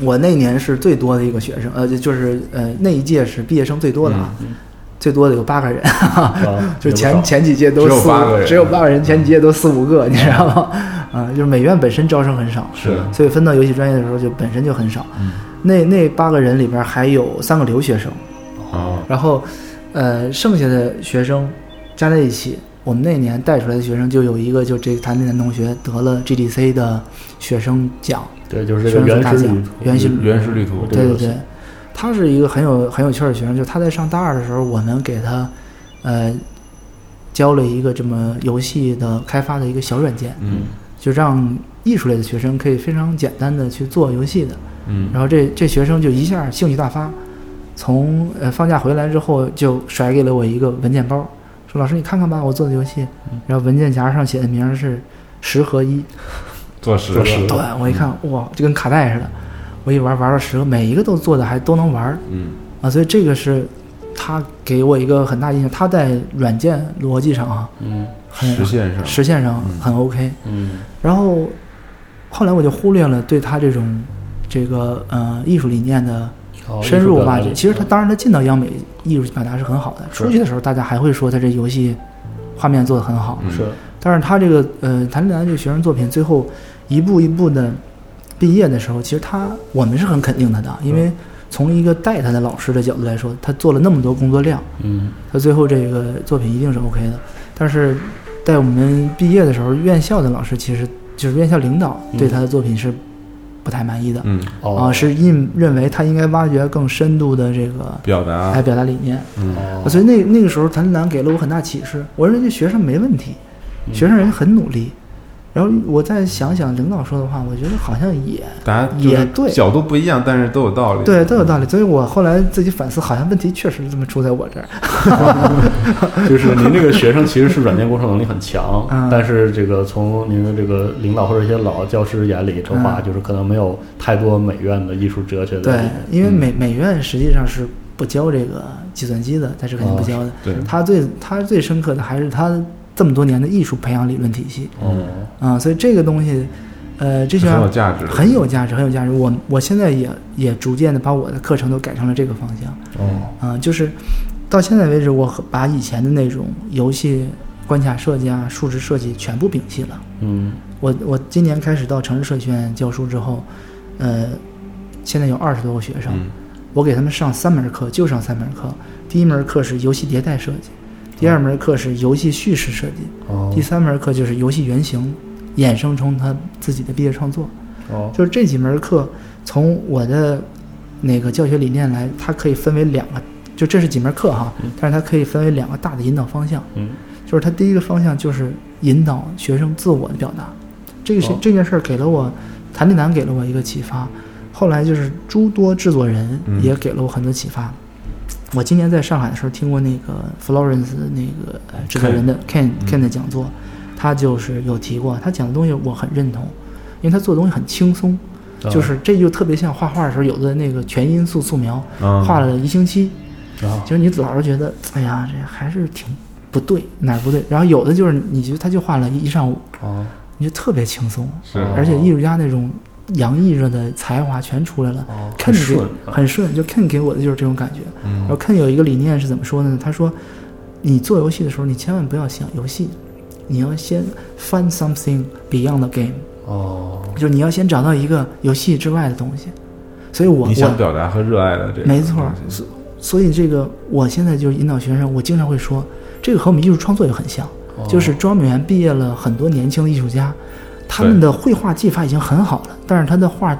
Speaker 3: 我那年是最多的一个学生，呃，就就是呃那一届是毕业生最多的啊，
Speaker 2: 嗯嗯
Speaker 3: 最多的有八个人，
Speaker 2: 啊
Speaker 3: 就
Speaker 2: 也不
Speaker 3: 前
Speaker 2: 少
Speaker 3: 前几届都
Speaker 1: 只有
Speaker 3: 四五
Speaker 1: 八个人嗯
Speaker 3: 只有八个人，前几届都四五个，你知道吗？啊，就是美院本身招生很少，
Speaker 1: 是的
Speaker 3: 所以分到游戏专业的时候就本身就很少。
Speaker 1: 嗯
Speaker 3: 那那八个人里边还有三个留学生，
Speaker 1: 哦，
Speaker 3: 然后，呃，剩下的学生加在一起，我们那年带出来的学生就有一个，就这谭立南同学得了 GDC 的学生奖，
Speaker 2: 对，就是这个原始旅途，
Speaker 3: 原始
Speaker 1: 原始旅途
Speaker 2: 这
Speaker 3: 对
Speaker 2: 个
Speaker 3: 对
Speaker 2: 游戏
Speaker 3: 对，他是一个很有很有趣儿的学生，就他在上大二的时候，我们给他，呃，教了一个这么游戏的开发的一个小软件，
Speaker 1: 嗯
Speaker 3: 就让艺术类的学生可以非常简单的去做游戏的。
Speaker 1: 嗯
Speaker 3: 然后这这学生就一下兴趣大发，从呃放假回来之后就甩给了我一个文件包，说老师你看看吧，我做的游戏，然后文件夹上写的名儿是十合一，
Speaker 1: 做实
Speaker 2: 做实
Speaker 1: 了，
Speaker 3: 对我一看
Speaker 1: 嗯
Speaker 3: 哇，就跟卡带似的，我一玩玩了十个，每一个都做的还都能玩儿
Speaker 1: 嗯
Speaker 3: 啊，所以这个是他给我一个很大印象，他在软件逻辑上啊，
Speaker 2: 嗯
Speaker 3: 很
Speaker 1: 实现上
Speaker 3: 实现上
Speaker 1: 嗯
Speaker 3: 很 OK，、
Speaker 2: 嗯
Speaker 3: 然后后来我就忽略了对他这种这个呃艺术理念的
Speaker 2: 哦
Speaker 3: 深入
Speaker 2: 艺术表
Speaker 3: 挖
Speaker 2: 达
Speaker 3: 掘。
Speaker 2: 力
Speaker 3: 其实他当然他进到央美艺术表达是很好的，出去的时候大家还会说他这游戏画面做得很好，
Speaker 1: 嗯
Speaker 2: 是
Speaker 3: 但是他这个呃谭立南这个学生作品最后一步一步的毕业的时候，其实他我们是很肯定他的，啊因为
Speaker 2: 嗯
Speaker 3: 从一个带他的老师的角度来说，他做了那么多工作量，
Speaker 2: 嗯
Speaker 3: 他最后这个作品一定是 OK 的。但是在我们毕业的时候，院校的老师其实就是院校领导
Speaker 2: 嗯
Speaker 3: 对他的作品是不太满意的、
Speaker 1: 嗯
Speaker 2: 哦
Speaker 3: 啊，是认认为他应该挖掘更深度的这个
Speaker 1: 表达
Speaker 3: 来表达理念。
Speaker 1: 嗯
Speaker 2: 哦
Speaker 3: 啊所以那那个时候，谭兰给了我很大启示。我说人家学生没问题，
Speaker 2: 嗯
Speaker 3: 学生人家很努力。然后我再想想领导说的话，我觉得好像也
Speaker 1: 大家
Speaker 3: 也
Speaker 1: 就
Speaker 3: 对
Speaker 1: 是角度不一样，但是都有道理，
Speaker 3: 对，都有道理。所以我后来自己反思，好像问题确实这么出在我这儿。
Speaker 2: 就是您这个学生其实是软件工程能力很强
Speaker 3: 嗯，
Speaker 2: 但是这个从您的这个领导或者一些老教师眼里的话，
Speaker 3: 嗯
Speaker 2: 就是可能没有太多美院的艺术哲学在
Speaker 3: 对
Speaker 2: 里面，
Speaker 3: 因为美美院实际上是不教这个计算机的，它是肯定不教的。
Speaker 1: 对，
Speaker 3: 它最它最深刻的还是它这么多年的艺术培养理论体系
Speaker 2: 哦
Speaker 3: 啊、所以这个东西，呃，这
Speaker 1: 是
Speaker 3: 学
Speaker 1: 很有
Speaker 3: 校
Speaker 1: 价值的，
Speaker 3: 很有价值，很有价值。我我现在也也逐渐的把我的课程都改成了这个方向
Speaker 2: 哦
Speaker 3: 啊、就是到现在为止，我和把以前的那种游戏关卡设计啊、数值设计全部摒弃了。
Speaker 2: 嗯
Speaker 3: 我我今年开始到城市设计学院教书之后，呃，现在有二十多个学生，
Speaker 1: 嗯
Speaker 3: 我给他们上三门课，就上三门课。第一门课是游戏迭代设计，第二门课是游戏叙事设计，
Speaker 2: 哦
Speaker 3: 第三门课就是游戏原型衍生成他自己的毕业创作。
Speaker 2: 哦
Speaker 3: 就是这几门课，从我的那个教学理念来，它可以分为两个，就这是几门课哈
Speaker 2: 嗯，
Speaker 3: 但是它可以分为两个大的引导方向。
Speaker 2: 嗯
Speaker 3: 就是它第一个方向就是引导学生自我的表达，这个是、
Speaker 2: 哦
Speaker 3: 这件事儿给了我，谭立南给了我一个启发，后来就是诸多制作人
Speaker 1: 嗯
Speaker 3: 也给了我很多启发。我今
Speaker 1: 嗯
Speaker 3: 年在上海的时候听过那个 Florence 那个呃制作人的 Ken Ken 的讲座，他就是有提过，他讲的东西我很认同，因为他做的东西很轻松，
Speaker 1: 哦
Speaker 2: 啊
Speaker 3: 就是这就特别像画画的时候有的那个全因素素描，
Speaker 1: 嗯
Speaker 3: 画了一星期，
Speaker 2: 啊，
Speaker 3: 就是你老是觉得，哎呀，这还是挺不对，哪儿不对？然后有的就是你觉得他就画了一上午，
Speaker 2: 哦
Speaker 3: 你就特别轻松，
Speaker 1: 是
Speaker 2: 哦
Speaker 3: 而且艺术家那种洋溢着的才华全出来了。
Speaker 2: 哦，
Speaker 3: Ken 给
Speaker 2: 顺啊，
Speaker 3: 很顺，就 Ken 给我的就是这种感觉。然后
Speaker 1: 嗯
Speaker 3: Ken 有一个理念是怎么说的呢？他说，你做游戏的时候，你千万不要想游戏，你要先 find something beyond the game，
Speaker 2: 哦，
Speaker 3: 就是你要先找到一个游戏之外的东西。所以我
Speaker 1: 你想
Speaker 3: 我
Speaker 1: 表达和热爱的这个
Speaker 3: 没错
Speaker 1: 东，西
Speaker 3: 所所以这个我现在就引导学生，我经常会说，这个和我们艺术创作也很像，
Speaker 2: 哦
Speaker 3: 就是庄美元毕业了很多年轻的艺术家，他们的绘画技法已经很好了，但是他的画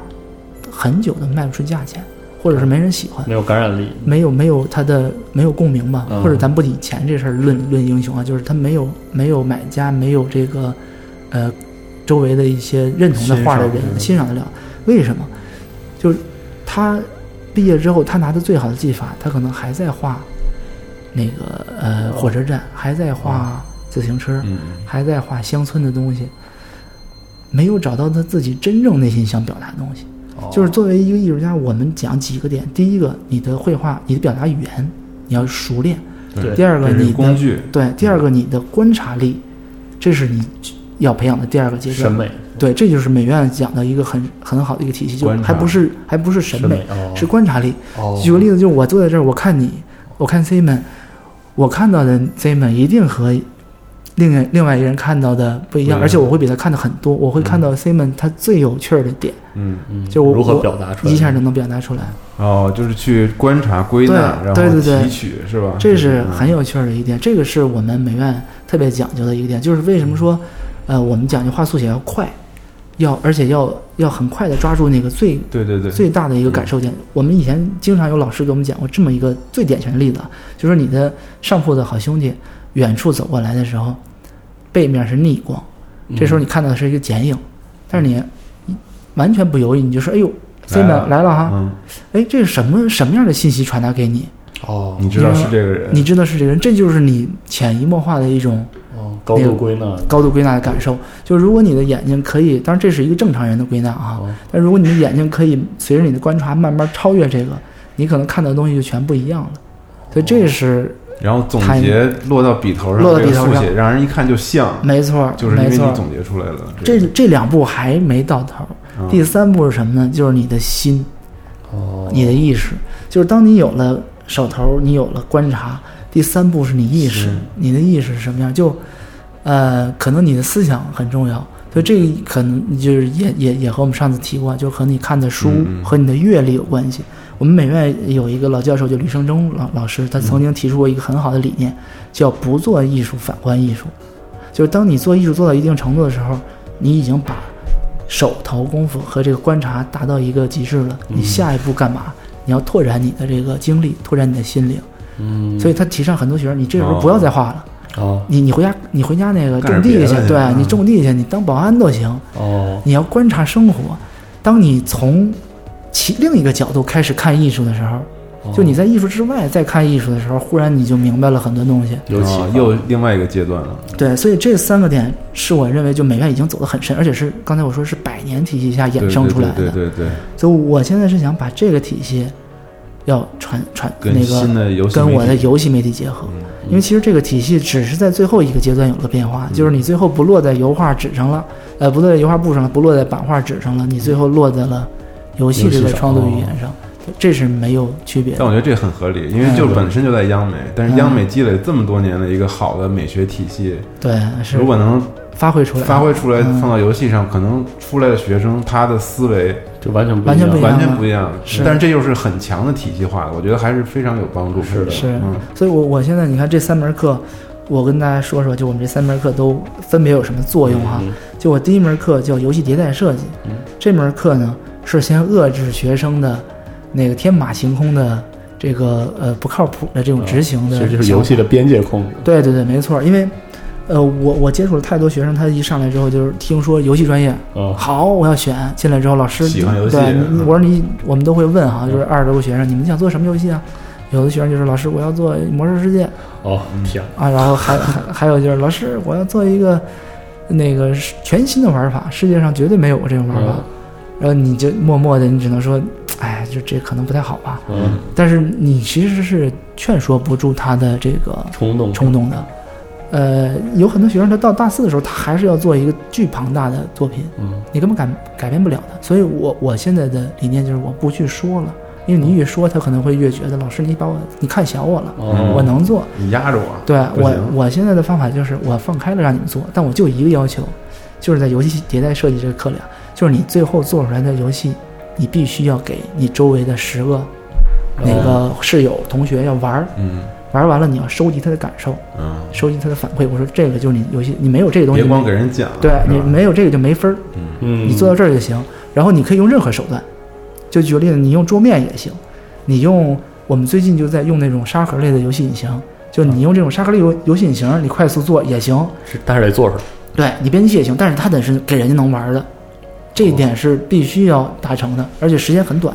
Speaker 3: 很久都卖不出价钱，或者是没人喜欢。
Speaker 2: 没有感染力，
Speaker 3: 没有没有他的没有共鸣吧，
Speaker 2: 嗯
Speaker 3: 或者咱不以钱这事儿论论英雄啊，就是他没有没有买家，没有这个呃周围的一些认同的画的人欣
Speaker 2: 欣
Speaker 3: 赏得了。为什么？就是他毕业之后，他拿的最好的技法，他可能还在画那个呃火车站，还在画自行车，
Speaker 1: 嗯
Speaker 3: 还在画乡村的东西，没有找到他自己真正内心想表达的东西。
Speaker 2: 哦
Speaker 3: 就是作为一个艺术家，我们讲几个点：第一个，你的绘画、你的表达语言你要熟练；
Speaker 2: 对
Speaker 3: 第二
Speaker 1: 这
Speaker 3: 个，
Speaker 1: 是一
Speaker 3: 你
Speaker 1: 个工
Speaker 3: 的
Speaker 1: 具，
Speaker 3: 对；第二个，你的观察力，这是你要培养的第二个阶段
Speaker 2: 审。美，
Speaker 3: 对，这就是美院讲的一个很很好的一个体系，就
Speaker 1: 观察
Speaker 3: 还不是还不是审
Speaker 2: 审
Speaker 3: 美，
Speaker 2: 哦，
Speaker 3: 是观察力。
Speaker 2: 哦，
Speaker 3: 举个例子，就是我坐在这儿，我看你，我看 Simon，我看到的 Simon 一定和另外另外一个人看到的不
Speaker 1: 不
Speaker 3: 一样，
Speaker 1: 一样
Speaker 3: 而且我会比他看的很多，我会看到 Simon 他最有趣儿的点。
Speaker 1: 嗯，
Speaker 2: 嗯，
Speaker 3: 就我
Speaker 2: 如何
Speaker 3: 我
Speaker 2: 表达出来，
Speaker 3: 一下就能表达出来，
Speaker 1: 哦，就是去观察、归纳，
Speaker 3: 对
Speaker 1: 然
Speaker 3: 对
Speaker 1: 后
Speaker 3: 对对
Speaker 1: 提取，是吧？嗯
Speaker 3: 这是很有趣儿的一点。这个是我们美院特别讲究的一个点，就是为
Speaker 1: 嗯
Speaker 3: 什么说，呃，我们讲究画速写要快，要而且要要很快的抓住那个最
Speaker 1: 对对对，
Speaker 3: 最大的一个感受点。我们以前经常有老师给我们讲过这么一个最典型的例子啊，就是你的上铺的好兄弟远处走过来的时候，背面是逆光，
Speaker 2: 嗯
Speaker 3: 这时候你看到的是一个剪影，但是你完全不犹豫，你就说：“哎呦
Speaker 1: 来了
Speaker 3: ，Simon 来了哈！
Speaker 1: 嗯，
Speaker 3: 哎，这是什么什么样的信息传达给你？”
Speaker 2: 哦
Speaker 1: 你知道是这个人，
Speaker 3: 你知道是这个人，这就是你潜移默化的一种
Speaker 2: 哦，高
Speaker 3: 那个
Speaker 2: 度归纳，
Speaker 3: 高度归纳的感受。就如果你的眼睛可以，当然这是一个正常人的归纳啊，
Speaker 2: 哦
Speaker 3: 但如果你的眼睛可以随着你的观察慢慢超越这个，你可能看到的东西就全不一样了。所以这是
Speaker 1: 然后总结落到笔头上，
Speaker 3: 落到笔
Speaker 1: 这个
Speaker 3: 头上
Speaker 1: 速写让人一看就像，
Speaker 3: 没错，
Speaker 1: 哦就是因
Speaker 3: 没
Speaker 1: 为
Speaker 3: 错
Speaker 1: 你。总结出来了。
Speaker 3: 这
Speaker 1: 个
Speaker 3: 这两步还没到头，
Speaker 1: 嗯
Speaker 3: 第三步是什么呢？就是你的心，
Speaker 2: 哦，
Speaker 3: 你的意识。就是当你有了手头，你有了观察，第三步是你意识
Speaker 1: 是，
Speaker 3: 你的意识是什么样？就，呃，可能你的思想很重要，所以这个可能就是也也也和我们上次提过，就和你看的书
Speaker 1: 嗯嗯
Speaker 3: 和你的阅历有关系。我们美院有一个老教授，就吕胜中老老师，他曾经
Speaker 1: 嗯
Speaker 3: 提出过一个很好的理念，叫不做艺术反观艺术，就是当你做艺术做到一定程度的时候，你已经把手头功夫和这个观察达到一个极致了，
Speaker 1: 嗯
Speaker 3: 你下一步干嘛？你要拓展你的这个经历，拓展你的心灵。
Speaker 2: 嗯，
Speaker 3: 所以他提倡很多学生，你这时候不要再画了，
Speaker 2: 哦
Speaker 3: 你你回家你回家那个
Speaker 1: 干点
Speaker 3: 种地
Speaker 1: 别
Speaker 3: 去
Speaker 1: 的，去
Speaker 3: 对
Speaker 1: 嗯
Speaker 3: 你种地去，你当保安都行。
Speaker 2: 哦
Speaker 3: 你要观察生活，当你从其另一个角度开始看艺术的时候，
Speaker 2: 哦，
Speaker 3: 就你在艺术之外再看艺术的时候，忽然你就明白了很多东西。
Speaker 2: 有启
Speaker 1: 啊
Speaker 2: 发
Speaker 1: 又另外一个阶段了，
Speaker 3: 对，所以这三个点是我认为就美院已经走得很深，而且是刚才我说是百年体系下衍生出来的。
Speaker 1: 对对对对对，
Speaker 3: 所以我现在是想把这个体系要传传
Speaker 1: 跟
Speaker 3: 那
Speaker 1: 新
Speaker 3: 个
Speaker 1: 的游戏
Speaker 3: 跟我的
Speaker 1: 媒体嗯
Speaker 3: 游戏媒体结合，因为其实这个体系只是在最后一个阶段有了变化，
Speaker 1: 嗯
Speaker 3: 就是你最后不落在油画纸上了，呃，不落在油画布上了，不落在版画纸
Speaker 1: 嗯
Speaker 3: 上了，你最后落在了游戏这
Speaker 2: 游
Speaker 3: 个
Speaker 2: 戏上
Speaker 3: 创作语言上，这是没有区别
Speaker 1: 哦但
Speaker 3: 的。
Speaker 1: 我觉得这很合理，因
Speaker 3: 嗯
Speaker 1: 为就本身就在央美，但是央美积累这么多年的一个好的美学体系，
Speaker 3: 对，是
Speaker 1: 如果能
Speaker 3: 发挥出来，
Speaker 1: 发挥出来
Speaker 3: 嗯
Speaker 1: 放到游戏上，可能出来的学生他的思维
Speaker 2: 就完全不
Speaker 3: 完全不一
Speaker 2: 一
Speaker 3: 样
Speaker 2: 样，
Speaker 1: 完全不一样，
Speaker 3: 是
Speaker 1: 但是这又是很强的体系化的，我觉得还是非常有帮助。
Speaker 2: 是的
Speaker 3: 是
Speaker 1: 嗯，
Speaker 3: 所以我我现在你看这三门课，我跟大家说说，就我们这三门课都分别有什么作用哈、
Speaker 2: 嗯
Speaker 3: 就我第一门课叫游戏迭代设计，
Speaker 2: 嗯
Speaker 3: 这门课呢是先遏制学生的那个天马行空的这个呃不靠谱的这种执行的
Speaker 2: 啊其
Speaker 3: 想法、
Speaker 2: 实就是游戏的边界控制，
Speaker 3: 对对对，没错，因为。呃，我我接触了太多学生，他一上来之后就是听说游戏专业，
Speaker 2: 哦
Speaker 3: 好，我要选。进来之后，老师
Speaker 1: 喜欢游戏
Speaker 3: 对，你
Speaker 1: 嗯
Speaker 3: 我说你，我们都会问哈，就是二十多个学生，你们想做什么游戏啊？有的学生就是老师，我要做《魔兽世界》，啊
Speaker 2: 哦，天，
Speaker 3: 啊，然后还还还有就是老师，我要做一个那个是全新的玩法，世界上绝对没有过这种玩法。
Speaker 2: 嗯
Speaker 3: 然后你就默默的，你只能说，哎，就这可能不太好吧。
Speaker 2: 嗯，
Speaker 3: 但是你其实是劝说不住他的这个
Speaker 2: 冲动
Speaker 3: 冲动的。呃，有很多学生他到大四的时候，他还是要做一个巨庞大的作品，
Speaker 2: 嗯
Speaker 3: 你根本改改变不了的。所以我我现在的理念就是我不去说了，因为你越说他可能会越觉得老师你把我你看小我了，
Speaker 2: 哦，
Speaker 3: 我能做。
Speaker 1: 你嗯压着我，
Speaker 3: 对
Speaker 1: 不
Speaker 3: 我
Speaker 1: 行
Speaker 3: 我现在的方法就是我放开了让你们做，但我就一个要求，就是在游戏迭代设计这个课里啊，就是你最后做出来的游戏，你必须要给你周围的十个那个室友同学要玩儿，
Speaker 1: 嗯
Speaker 3: 玩完了你要收集他的感受，
Speaker 1: 嗯，
Speaker 3: 收集他的反馈。我说这个就是你游戏，你没有这个东西
Speaker 1: 别，光给人讲，
Speaker 3: 对
Speaker 1: 是
Speaker 3: 你
Speaker 1: 吧
Speaker 3: 没有这个就没分儿，
Speaker 1: 嗯
Speaker 2: 嗯，
Speaker 3: 你做到这儿就行。然后你可以用任何手段，就举个例子，你用桌面也行，你用我们最近就在用那种沙盒类的游戏引擎，就你用这种沙盒类游游戏引擎，你快速做也行，
Speaker 2: 是，但是得做出来，
Speaker 3: 对你编辑器也行，但是它得是给人家能玩的，这一点是必须要达成的，而且时间很短，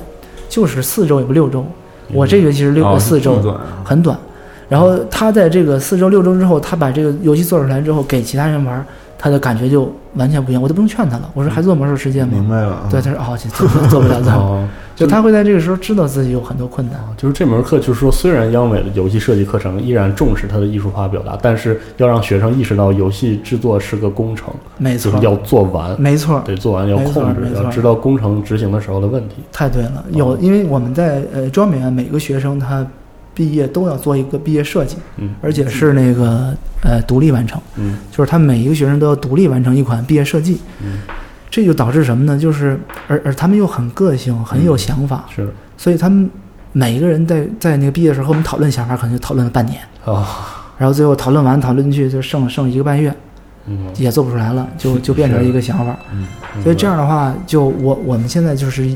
Speaker 3: 就是四周也不六周，我这学期是六、
Speaker 1: 嗯哦
Speaker 3: 四周
Speaker 1: 这么，短啊
Speaker 3: 很短。然后他在这个四周六周之后，他把这个游戏做出来之后，给其他人玩，他的感觉就完全不一样。我都不用劝他了，我说还做魔兽世界
Speaker 1: 明
Speaker 3: 吗？
Speaker 1: 白了啊，
Speaker 3: 对，他说哦，这做不做不了，做不了。
Speaker 2: 嗯哦，
Speaker 3: 就他会在这个时候知道自己有很多困难。
Speaker 2: 就是这门课，就是说，虽然央美的游戏设计课程依然重视它的艺术化表达，但是要让学生意识到游戏制作是个工程，
Speaker 3: 没
Speaker 2: 就
Speaker 3: 错
Speaker 2: 是，要做完，
Speaker 3: 没错，
Speaker 2: 得做完要
Speaker 3: 没错
Speaker 2: 控制
Speaker 3: 没，错
Speaker 2: 要知道工程执行的时候的问题。
Speaker 3: 太对了。
Speaker 2: 哦
Speaker 3: 有，因为我们在呃中央美院每个学生他毕业都要做一个毕业设计，
Speaker 2: 嗯
Speaker 3: 而且是那个呃独立完成，
Speaker 2: 嗯
Speaker 3: 就是他每一个学生都要独立完成一款毕业设计。
Speaker 2: 嗯，
Speaker 3: 这就导致什么呢？就是而而他们又很个性，很有想法，
Speaker 2: 是
Speaker 3: 所以他们每一个人在在那个毕业的时候，我们讨论想法，可能就讨论了半年，
Speaker 2: 啊，
Speaker 3: 然后最后讨论完讨论去，就剩剩一个半月，
Speaker 2: 嗯，
Speaker 3: 也做不出来了，就就变成一个想法。所以这样的话，就我我们现在就是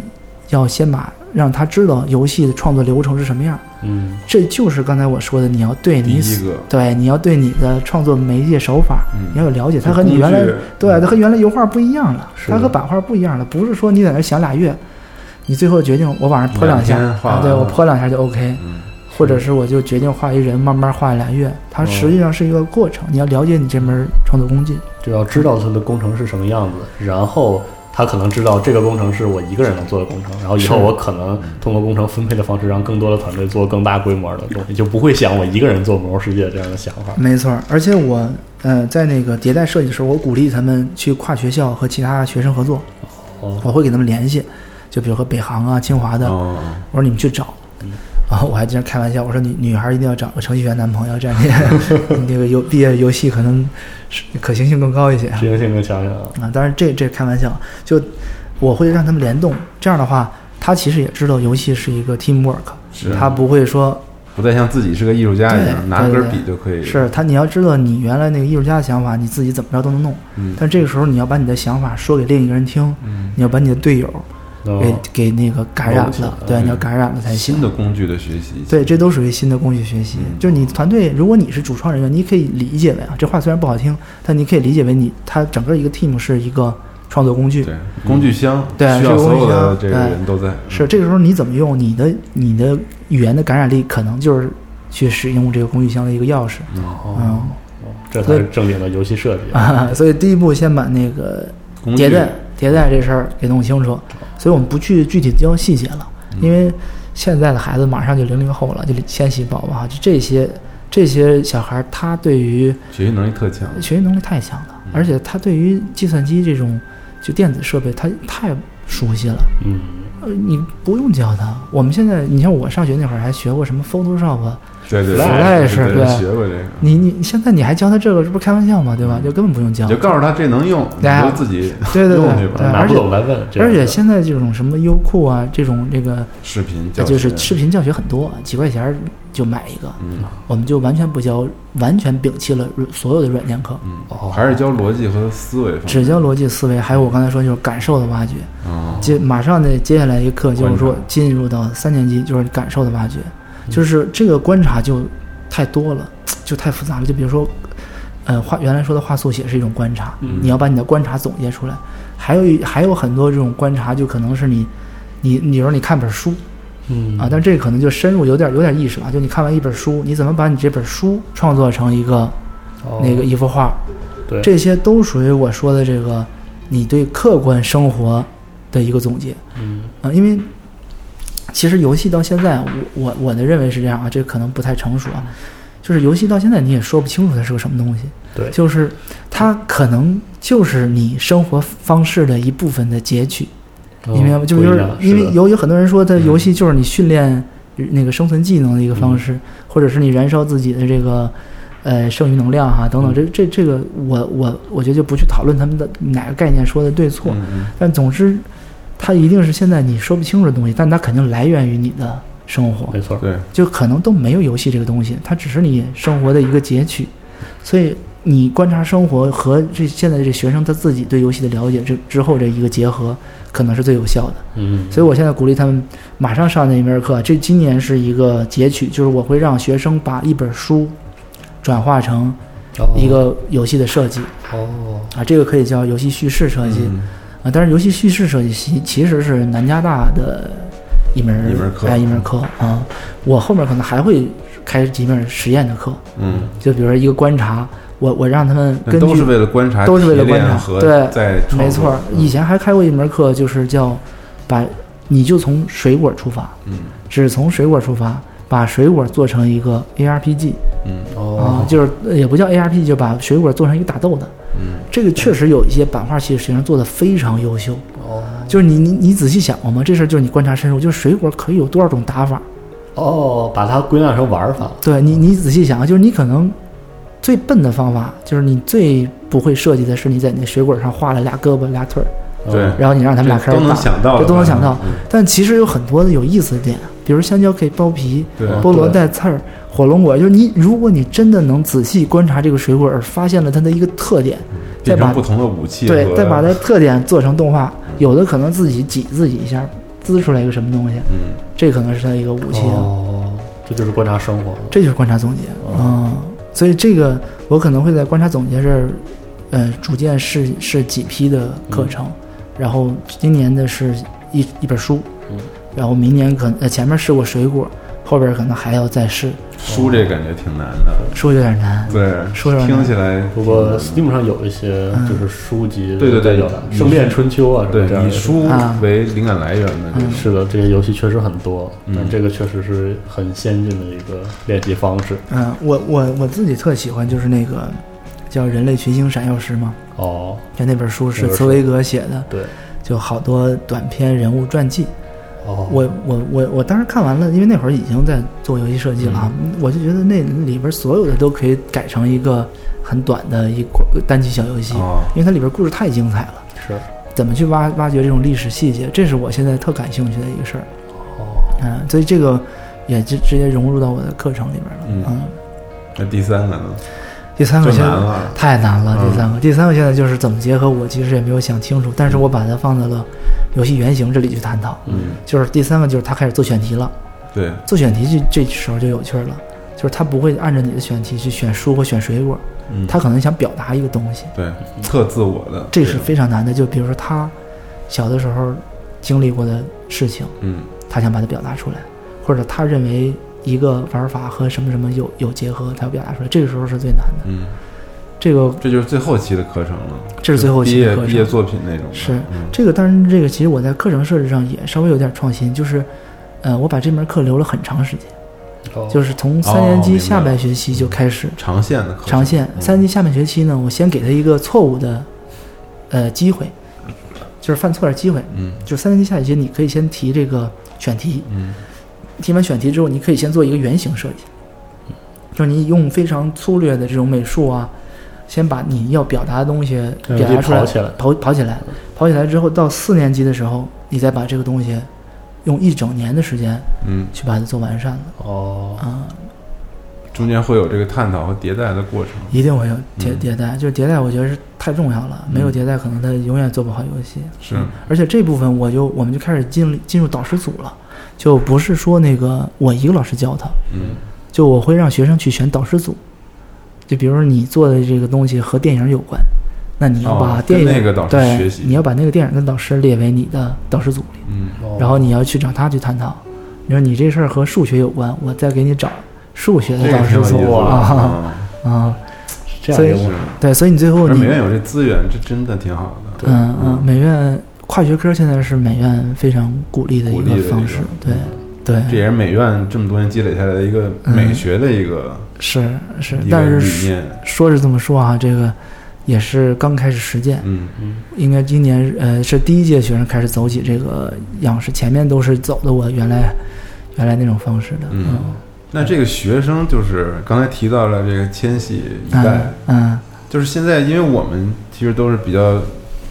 Speaker 3: 要先把让他知道游戏的创作流程是什么样，
Speaker 2: 嗯，
Speaker 3: 这就是刚才我说的，你要对
Speaker 1: 第
Speaker 3: 你
Speaker 1: 一个，
Speaker 3: 对你要对你的创作媒介手法，
Speaker 1: 嗯，
Speaker 3: 你要有了解，它和你原来
Speaker 1: 工具嗯
Speaker 3: 对，它和原来油画不一样了，
Speaker 2: 是的
Speaker 3: 它和版画不一样了，不是说你在那想俩月，你最后决定我往上泼两下，
Speaker 1: 两天画
Speaker 3: 啊，对
Speaker 1: 完
Speaker 3: 我
Speaker 1: 了
Speaker 3: 泼两下就 OK，
Speaker 1: 嗯
Speaker 3: 或者是我就决定画一人，慢慢画俩月，它实际上是一个过程，你要了解你这门创作工具，
Speaker 2: 就要知道它的工程是什么样子，然后他可能知道这个工程是我一个人能做的工程，然后以后
Speaker 3: 是
Speaker 2: 我可能通过工程分配的方式，让更多的团队做更大规模的东西，就不会想我一个人做魔兽世界这样的想法。
Speaker 3: 没错儿，而且我呃在那个迭代设计的时候，我鼓励他们去跨学校和其他学生合作，
Speaker 2: 哦，
Speaker 3: 我会给他们联系，就比如和北航啊、清华的，
Speaker 1: 哦，嗯
Speaker 3: 我说你们去找。然后我还经常开玩笑，我说女女孩一定要找个程序员男朋友，这 样你你这个游毕业游戏可能是可行性更高一些啊
Speaker 2: 执行性更强一点啊。。
Speaker 3: 当然这这开玩笑，就我会让他们联动，这样的话，他其实也知道游戏是一个 teamwork，
Speaker 1: 是啊
Speaker 3: 他不会说
Speaker 1: 不再像自己是个艺术家一
Speaker 3: 对
Speaker 1: 样，拿
Speaker 3: 对
Speaker 1: 根
Speaker 3: 对
Speaker 1: 笔就可以，
Speaker 3: 是他你要知道你原来那个艺术家的想法，你自己怎么着都能弄，
Speaker 1: 嗯，
Speaker 3: 但这个时候你要把你的想法说给另一个人听，
Speaker 1: 嗯，
Speaker 3: 你要把你的队友给、
Speaker 2: 哦
Speaker 3: 给那个感染
Speaker 2: 弄起来
Speaker 3: 了，对，你要
Speaker 1: 嗯
Speaker 3: 感染了才行
Speaker 1: 新。的工具的学习，
Speaker 3: 对，这都属于新的工具学习。
Speaker 1: 嗯
Speaker 3: 就是你团队，如果你是主创人员，你可以理解为啊，这话虽然不好听，但你可以理解为你它整个一个 team 是一个创作工具。
Speaker 1: 对，工具箱，
Speaker 3: 嗯对
Speaker 1: 需
Speaker 3: 这
Speaker 1: 要
Speaker 3: 个
Speaker 1: 所
Speaker 3: 工具
Speaker 1: 有的
Speaker 3: 箱
Speaker 1: 这个
Speaker 3: 对
Speaker 1: 人都在，嗯
Speaker 3: 是这个时候你怎么用你的你的语言的感染力，可能就是去使用这个工具箱的一个钥匙。
Speaker 2: 哦，
Speaker 3: 嗯，
Speaker 2: 这才是正经的游戏设计啊。
Speaker 3: 啊， 所以第一步先把那个
Speaker 1: 工具
Speaker 3: 迭代迭代这事儿给弄清楚。所以我们不去具体教细节了，
Speaker 1: 嗯
Speaker 3: 因为现在的孩子马上就零零后了，就千禧宝宝啊，就这些这些小孩儿，他对于
Speaker 1: 学习能力特强，
Speaker 3: 学习能力太强了，
Speaker 1: 嗯
Speaker 3: 而且他对于计算机这种就电子设备，他太熟悉了。
Speaker 2: 嗯，
Speaker 3: 呃，你不用教他。我们现在，你像我上学那会儿还学过什么 Photoshop，啊
Speaker 1: 对对，
Speaker 3: Flash，
Speaker 1: 对
Speaker 3: 对
Speaker 1: 学过这个，
Speaker 3: 你你现在你还教他这个，这不是开玩笑吗？对吧？就根本不用教
Speaker 1: 你就。告诉他这能用，你
Speaker 3: 对啊
Speaker 1: 就自己
Speaker 3: 对对
Speaker 1: 用
Speaker 3: 对
Speaker 1: 去吧
Speaker 3: 对，
Speaker 2: 拿
Speaker 3: 而
Speaker 2: 不
Speaker 3: 且
Speaker 2: 懂来问。这样
Speaker 3: 而
Speaker 2: 的
Speaker 3: 且现在这种什么优酷啊，这种这个
Speaker 1: 视频教学，
Speaker 3: 就是视频教学很多，几块钱儿就买一个，
Speaker 1: 嗯
Speaker 3: 我们就完全不教，完全摒弃了所有的软件课，
Speaker 1: 嗯，还是教逻辑和思维方
Speaker 3: 哦只
Speaker 1: 面，
Speaker 3: 教逻辑思维，还有我刚才说就是感受的挖掘。
Speaker 1: 嗯
Speaker 3: 接马上的接下来一课就是说
Speaker 1: 观察嗯
Speaker 3: 进入到三年级，就是感受的挖掘，就是这个观察就太多了，就太复杂了。就比如说，呃，画原来说的画速写是一种观察，
Speaker 1: 嗯
Speaker 3: 你要把你的观察总结出来，还有一还有很多这种观察，就可能是你你你比如说你看本书
Speaker 2: 嗯
Speaker 3: 啊，但这可能就深入有点有点意识了，就你看完一本书，你怎么把你这本书创作成一个
Speaker 2: 哦
Speaker 3: 那个一幅画，
Speaker 2: 对
Speaker 3: 这些都属于我说的这个你对客观生活的一个总结
Speaker 2: 嗯
Speaker 3: 啊、因为其实游戏到现在，我我我的认为是这样啊，这可能不太成熟啊，就是游戏到现在你也说不清楚它是个什么东西，
Speaker 2: 对
Speaker 3: 就是它可能就是你生活方式的一部分的截取，你明白吗？就比
Speaker 2: 哦不
Speaker 3: 如
Speaker 2: 一样
Speaker 3: 因为
Speaker 2: 是的
Speaker 3: 有有很多人说，它
Speaker 2: 嗯
Speaker 3: 游戏就是你训练那个生存技能的一个方式，或者是你燃烧自己的这个呃剩余能量哈、等
Speaker 2: 嗯
Speaker 3: 等。这这这个我我我觉得就不去讨论他们的哪个概念说的对错，
Speaker 1: 嗯
Speaker 3: 但总之，它一定是现在你说不清楚的东西，但它肯定来源于你的生活。
Speaker 2: 没错
Speaker 1: 嗯，，对，
Speaker 3: 就可能都没有游戏这个东西，它只是你生活的一个截取，所以你观察生活和这现在这学生他自己对游戏的了解这之后这一个结合，可能是最有效的。
Speaker 2: 嗯，
Speaker 3: 所以我现在鼓励他们马上上那一门课，这今年是一个截取，就是我会让学生把一本书转化成
Speaker 2: 哦
Speaker 3: 一个游戏的设计
Speaker 2: 哦，
Speaker 3: 啊，这个可以叫游戏叙事设计
Speaker 1: 嗯
Speaker 3: 啊，但是游戏叙事设计其其实是南加大的一门
Speaker 1: 一门课
Speaker 3: 哎一门课啊，我后面可能还会开几门实验的课，
Speaker 1: 嗯，
Speaker 3: 就比如说一个观察，我我让他们
Speaker 1: 那嗯
Speaker 3: 根
Speaker 1: 都
Speaker 3: 据
Speaker 1: 是为了观察，
Speaker 3: 都是为了
Speaker 1: 提炼
Speaker 3: 观察
Speaker 1: 和
Speaker 3: 对
Speaker 1: 在创作
Speaker 3: 没错儿，以前还开过一门课，就是叫把你就从水果出发，
Speaker 1: 嗯
Speaker 3: 只从水果出发，把水果做成一个 ARPG
Speaker 1: 嗯
Speaker 3: 啊
Speaker 2: 哦，，
Speaker 3: 就是呃也不叫 ARPG，就把水果做成一个打斗的。
Speaker 1: 嗯
Speaker 3: 这个确实有一些版画系学生做的非常优秀，
Speaker 2: 哦，
Speaker 3: 就是你你你仔细想过吗？这事儿就是你观察深入，就是水果可以有多少种打法？
Speaker 2: 哦，把它归纳成玩儿法，
Speaker 3: 对你你仔细想，就是你可能最笨的方法，就是你最不会设计的是你在你的水果上画了俩胳膊俩 腿儿，
Speaker 1: 对
Speaker 3: 然后你让他们俩
Speaker 1: 这
Speaker 3: 开始
Speaker 1: 都能
Speaker 3: 打。
Speaker 1: 想到的吧，
Speaker 3: 这都能想到
Speaker 1: 嗯，
Speaker 3: 但其实有很多的有意思的点，比如香蕉可以剥皮，
Speaker 1: 对，
Speaker 2: 嗯
Speaker 3: 菠萝
Speaker 2: 对
Speaker 3: 带刺儿，火龙果。就是你，如果你真的能仔细观察这个水果，而发现了它的一个特点，再
Speaker 1: 变
Speaker 3: 把
Speaker 1: 成不同的武器，
Speaker 3: 对，再把它，特点做成动画，有的可能自己挤自己一下，滋出来一个什么东西，
Speaker 1: 嗯，
Speaker 3: 这可能是它一个武器。啊
Speaker 2: 哦，这就是观察生活，
Speaker 3: 这就是观察总结
Speaker 2: 哦
Speaker 3: 嗯。所以这个我可能会在观察总结这儿，呃，逐渐试试几批的
Speaker 2: 嗯
Speaker 3: 课程，然后今年的是一一本书，
Speaker 2: 嗯
Speaker 3: 然后明年可呃前面试过水果，后边可能还要再试，
Speaker 1: 输这感觉挺难的，
Speaker 3: 书有点难。
Speaker 1: 对，
Speaker 3: 说着呢
Speaker 1: 听起来，
Speaker 2: 不
Speaker 3: 嗯
Speaker 2: 过 Steam 上有一些就是书籍，
Speaker 1: 对对对
Speaker 2: 有
Speaker 1: 以
Speaker 2: 《圣殿春秋》啊，什么这
Speaker 1: 对
Speaker 2: 样
Speaker 1: 以
Speaker 2: 的
Speaker 1: 输
Speaker 3: 啊
Speaker 1: 为灵感来源的这
Speaker 3: 嗯
Speaker 1: 个，
Speaker 2: 是的，这些游戏确实很多，
Speaker 1: 嗯
Speaker 2: 但这个确实是很先进的一个练习方式。
Speaker 3: 嗯、我我我自己特喜欢就是那个叫《人类群星闪耀时》嘛，
Speaker 2: 哦，
Speaker 3: 就那本书是
Speaker 2: 那本
Speaker 3: 茨
Speaker 2: 书
Speaker 3: 威格写的，
Speaker 2: 对，
Speaker 3: 就好多短篇人物传记。
Speaker 2: 哦，
Speaker 3: 我我我我当时看完了，因为那会儿已经在做游戏设计了啊，
Speaker 2: 嗯
Speaker 3: 我就觉得那里边所有的都可以改成一个很短的一款单机小游戏，
Speaker 1: 哦，
Speaker 3: 因为它里边故事太精彩了。
Speaker 2: 是
Speaker 3: 怎么去挖挖掘这种历史细节，这是我现在特感兴趣的一个事儿。
Speaker 2: 哦，
Speaker 3: 嗯，所以这个也直直接融入到我的课程里边了。
Speaker 1: 嗯
Speaker 3: 嗯，
Speaker 1: 那第三个呢，
Speaker 3: 第三
Speaker 1: 就
Speaker 3: 个现
Speaker 1: 难
Speaker 3: 在
Speaker 1: 了，
Speaker 3: 太难了，
Speaker 1: 嗯
Speaker 3: 第三个第三个现在就是怎么结合，我其实也没有想清楚，但是我把它放到了游戏原型这里去探讨。
Speaker 1: 嗯，
Speaker 3: 就是第三个就是他开始做选题了。
Speaker 1: 对，
Speaker 3: 做选题这这时候就有趣儿了，就是他不会按照你的选题去选书或选水果，
Speaker 1: 嗯，
Speaker 3: 他可能想表达一个东西，
Speaker 1: 对特自我的，
Speaker 3: 这是非常难的。就比如说他小的时候经历过的事情，
Speaker 1: 嗯
Speaker 3: 他想把它表达出来，或者他认为一个玩法和什么什么有有结合，他要表达出来，这个时候是最难的。
Speaker 1: 嗯，
Speaker 3: 这个
Speaker 1: 这就是最后期的课程了，
Speaker 3: 这是最后
Speaker 1: 毕
Speaker 3: 期
Speaker 1: 业
Speaker 3: 的课
Speaker 1: 毕业
Speaker 3: 程。
Speaker 1: 作品那种的，
Speaker 3: 是
Speaker 1: 嗯
Speaker 3: 这个，当然，这个其实我在课程设置上也稍微有点创新，就是，呃，我把这门课留了很长时间，
Speaker 2: 哦
Speaker 3: 就是从三年
Speaker 1: 哦明
Speaker 3: 级
Speaker 1: 白
Speaker 3: 下
Speaker 1: 了
Speaker 3: 半学期就开始
Speaker 1: 长线的课程，
Speaker 3: 长线
Speaker 1: 嗯
Speaker 3: 三级下半学期呢，我先给他一个错误的呃机会，就是犯错的机会。
Speaker 1: 嗯
Speaker 3: 就三年级下学期，你可以先提这个选题，
Speaker 1: 嗯
Speaker 3: 提完选题之后，你可以先做一个原型设计，就是你用非常粗略的这种美术啊，先把你要表达的东西
Speaker 2: 让
Speaker 3: 表
Speaker 2: 游戏
Speaker 3: 达出来
Speaker 2: 跑，起来，
Speaker 3: 跑跑起来，跑起来之后，到四年级的时候，你再把这个东西用一整年的时间
Speaker 1: 嗯，
Speaker 3: 去把它做完善了
Speaker 2: 哦，
Speaker 3: 啊。
Speaker 1: 中间会有这个探讨和迭代的过程，
Speaker 3: 一定会有迭
Speaker 1: 嗯
Speaker 3: 迭代，就是迭代，我觉得是太重要了。没有
Speaker 1: 嗯
Speaker 3: 迭代，可能他永远做不好游戏。嗯
Speaker 1: 是，
Speaker 3: 而且这部分，我就我们就开始进进入导师组了，就不是说那个我一个老师教他，
Speaker 1: 嗯
Speaker 3: 就我会让学生去选导师组。就比如说你做的这个东西和电影有关，那你要
Speaker 1: 哦
Speaker 3: 把
Speaker 1: 跟
Speaker 3: 电
Speaker 1: 那
Speaker 3: 影、
Speaker 1: 个导师学
Speaker 3: 对
Speaker 1: 习，
Speaker 3: 你要把那个电影跟导师列为你的导师组里，
Speaker 1: 嗯
Speaker 2: 哦
Speaker 3: 然后你要去找他去探讨。你说你这事儿和数学有关，我再给你找数学的
Speaker 1: 这
Speaker 3: 导
Speaker 1: 个挺
Speaker 3: 师
Speaker 1: 有意思
Speaker 3: 组
Speaker 1: 的
Speaker 3: 啊
Speaker 1: 嗯
Speaker 3: 啊，
Speaker 2: 这样一个
Speaker 1: 是
Speaker 2: 过程。
Speaker 3: 对，所以你最后
Speaker 1: 而
Speaker 3: 你
Speaker 1: 美院有这资源，这真的挺好的。
Speaker 3: 嗯嗯，美院跨学科现在是美院非常鼓励的一
Speaker 1: 鼓励
Speaker 3: 个
Speaker 1: 的一
Speaker 3: 方
Speaker 1: 个嗯
Speaker 3: 式，对对，
Speaker 1: 这也是美院这么多年积累下来的一个
Speaker 3: 嗯
Speaker 1: 美学的一个、
Speaker 3: 是是
Speaker 1: 一，个
Speaker 3: 嗯但
Speaker 1: 理
Speaker 3: 是
Speaker 1: 念。
Speaker 3: 说是这么说啊，这个也是刚开始实践，
Speaker 1: 嗯，
Speaker 2: 嗯，
Speaker 3: 应该今年呃是第一届学生开始走起这个样式，前面都是走的我原来原来那种方式的，
Speaker 1: 嗯
Speaker 3: 嗯
Speaker 1: 那这个学生就是刚才提到了这个千禧一代，
Speaker 3: 嗯嗯
Speaker 1: 就是现在，因为我们其实都是比较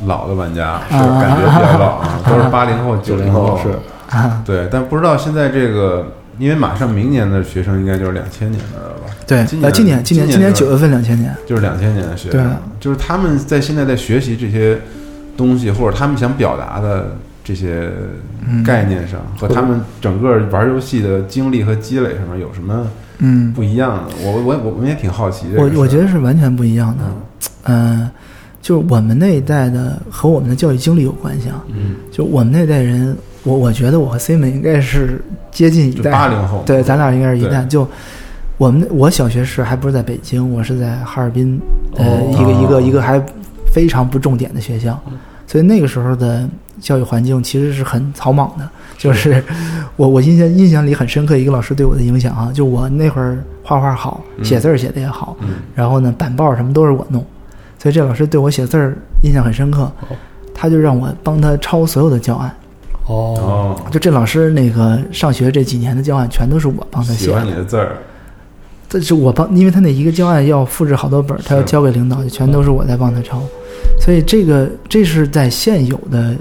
Speaker 1: 老的玩家，是
Speaker 3: 啊
Speaker 1: 感觉比较老啊，都是八零后、九
Speaker 2: 九
Speaker 1: 零
Speaker 2: 零
Speaker 3: 哦
Speaker 2: 后
Speaker 1: 后，
Speaker 2: 是
Speaker 3: 啊，
Speaker 1: 对，但不知道现在这个，因为马上明年的学生应该就是两千年的了吧？
Speaker 3: 对
Speaker 1: 今，
Speaker 3: 呃，
Speaker 1: 年
Speaker 3: 今年今
Speaker 1: 今
Speaker 3: 年今
Speaker 1: 年
Speaker 3: 年
Speaker 1: 就是
Speaker 3: 九月份两千年，
Speaker 1: 就是两千年的学
Speaker 3: 对
Speaker 1: 生
Speaker 3: 啊，
Speaker 1: 就是他们在现在在学习这些东西，或者他们想表达的这些
Speaker 3: 嗯，
Speaker 1: 概念上，和他们整个玩游戏的经历和积累上面有什么
Speaker 3: 嗯，
Speaker 1: 不一样的？我我我我们也挺好奇这个
Speaker 3: 我
Speaker 1: 事儿。
Speaker 3: 我觉得是完全不一样的，嗯、呃，就是我们那一代的和我们的教育经历有关系啊，
Speaker 1: 嗯，
Speaker 3: 就我们那代人，我我觉得我和 C 们应该是接近一
Speaker 1: 就八
Speaker 3: 代，
Speaker 1: 零后，嗯
Speaker 3: 对，咱俩应该是一代。
Speaker 1: 对
Speaker 3: 就我们我小学时还不是在北京，我是在哈尔滨，呃，
Speaker 2: 哦
Speaker 3: 一个一个一个还非常不重点的学校，
Speaker 1: 嗯
Speaker 3: 所以那个时候的教育环境其实是很草莽的。 就是我我印象印象里很深刻一个老师对我的影响啊，就我那会儿画画好，
Speaker 1: 嗯
Speaker 3: 写字儿写的也好，
Speaker 1: 嗯，
Speaker 3: 然后呢，板报什么都是我弄，所以这老师对我写字儿印象很深刻
Speaker 2: 哦，
Speaker 3: 他就让我帮他抄所有的教案。
Speaker 2: 哦，
Speaker 1: 哦，
Speaker 3: 就这老师那个上学这几年的教案，全都是我帮他
Speaker 1: 哦喜
Speaker 3: 写
Speaker 1: 欢你
Speaker 3: 的。
Speaker 1: 的字儿，
Speaker 3: 这是我帮，因为他那一个教案要复制好多本儿，他要
Speaker 1: 是
Speaker 3: 交给领导，就全都是我在帮他抄。
Speaker 1: 嗯
Speaker 3: 所以这个这是在现有的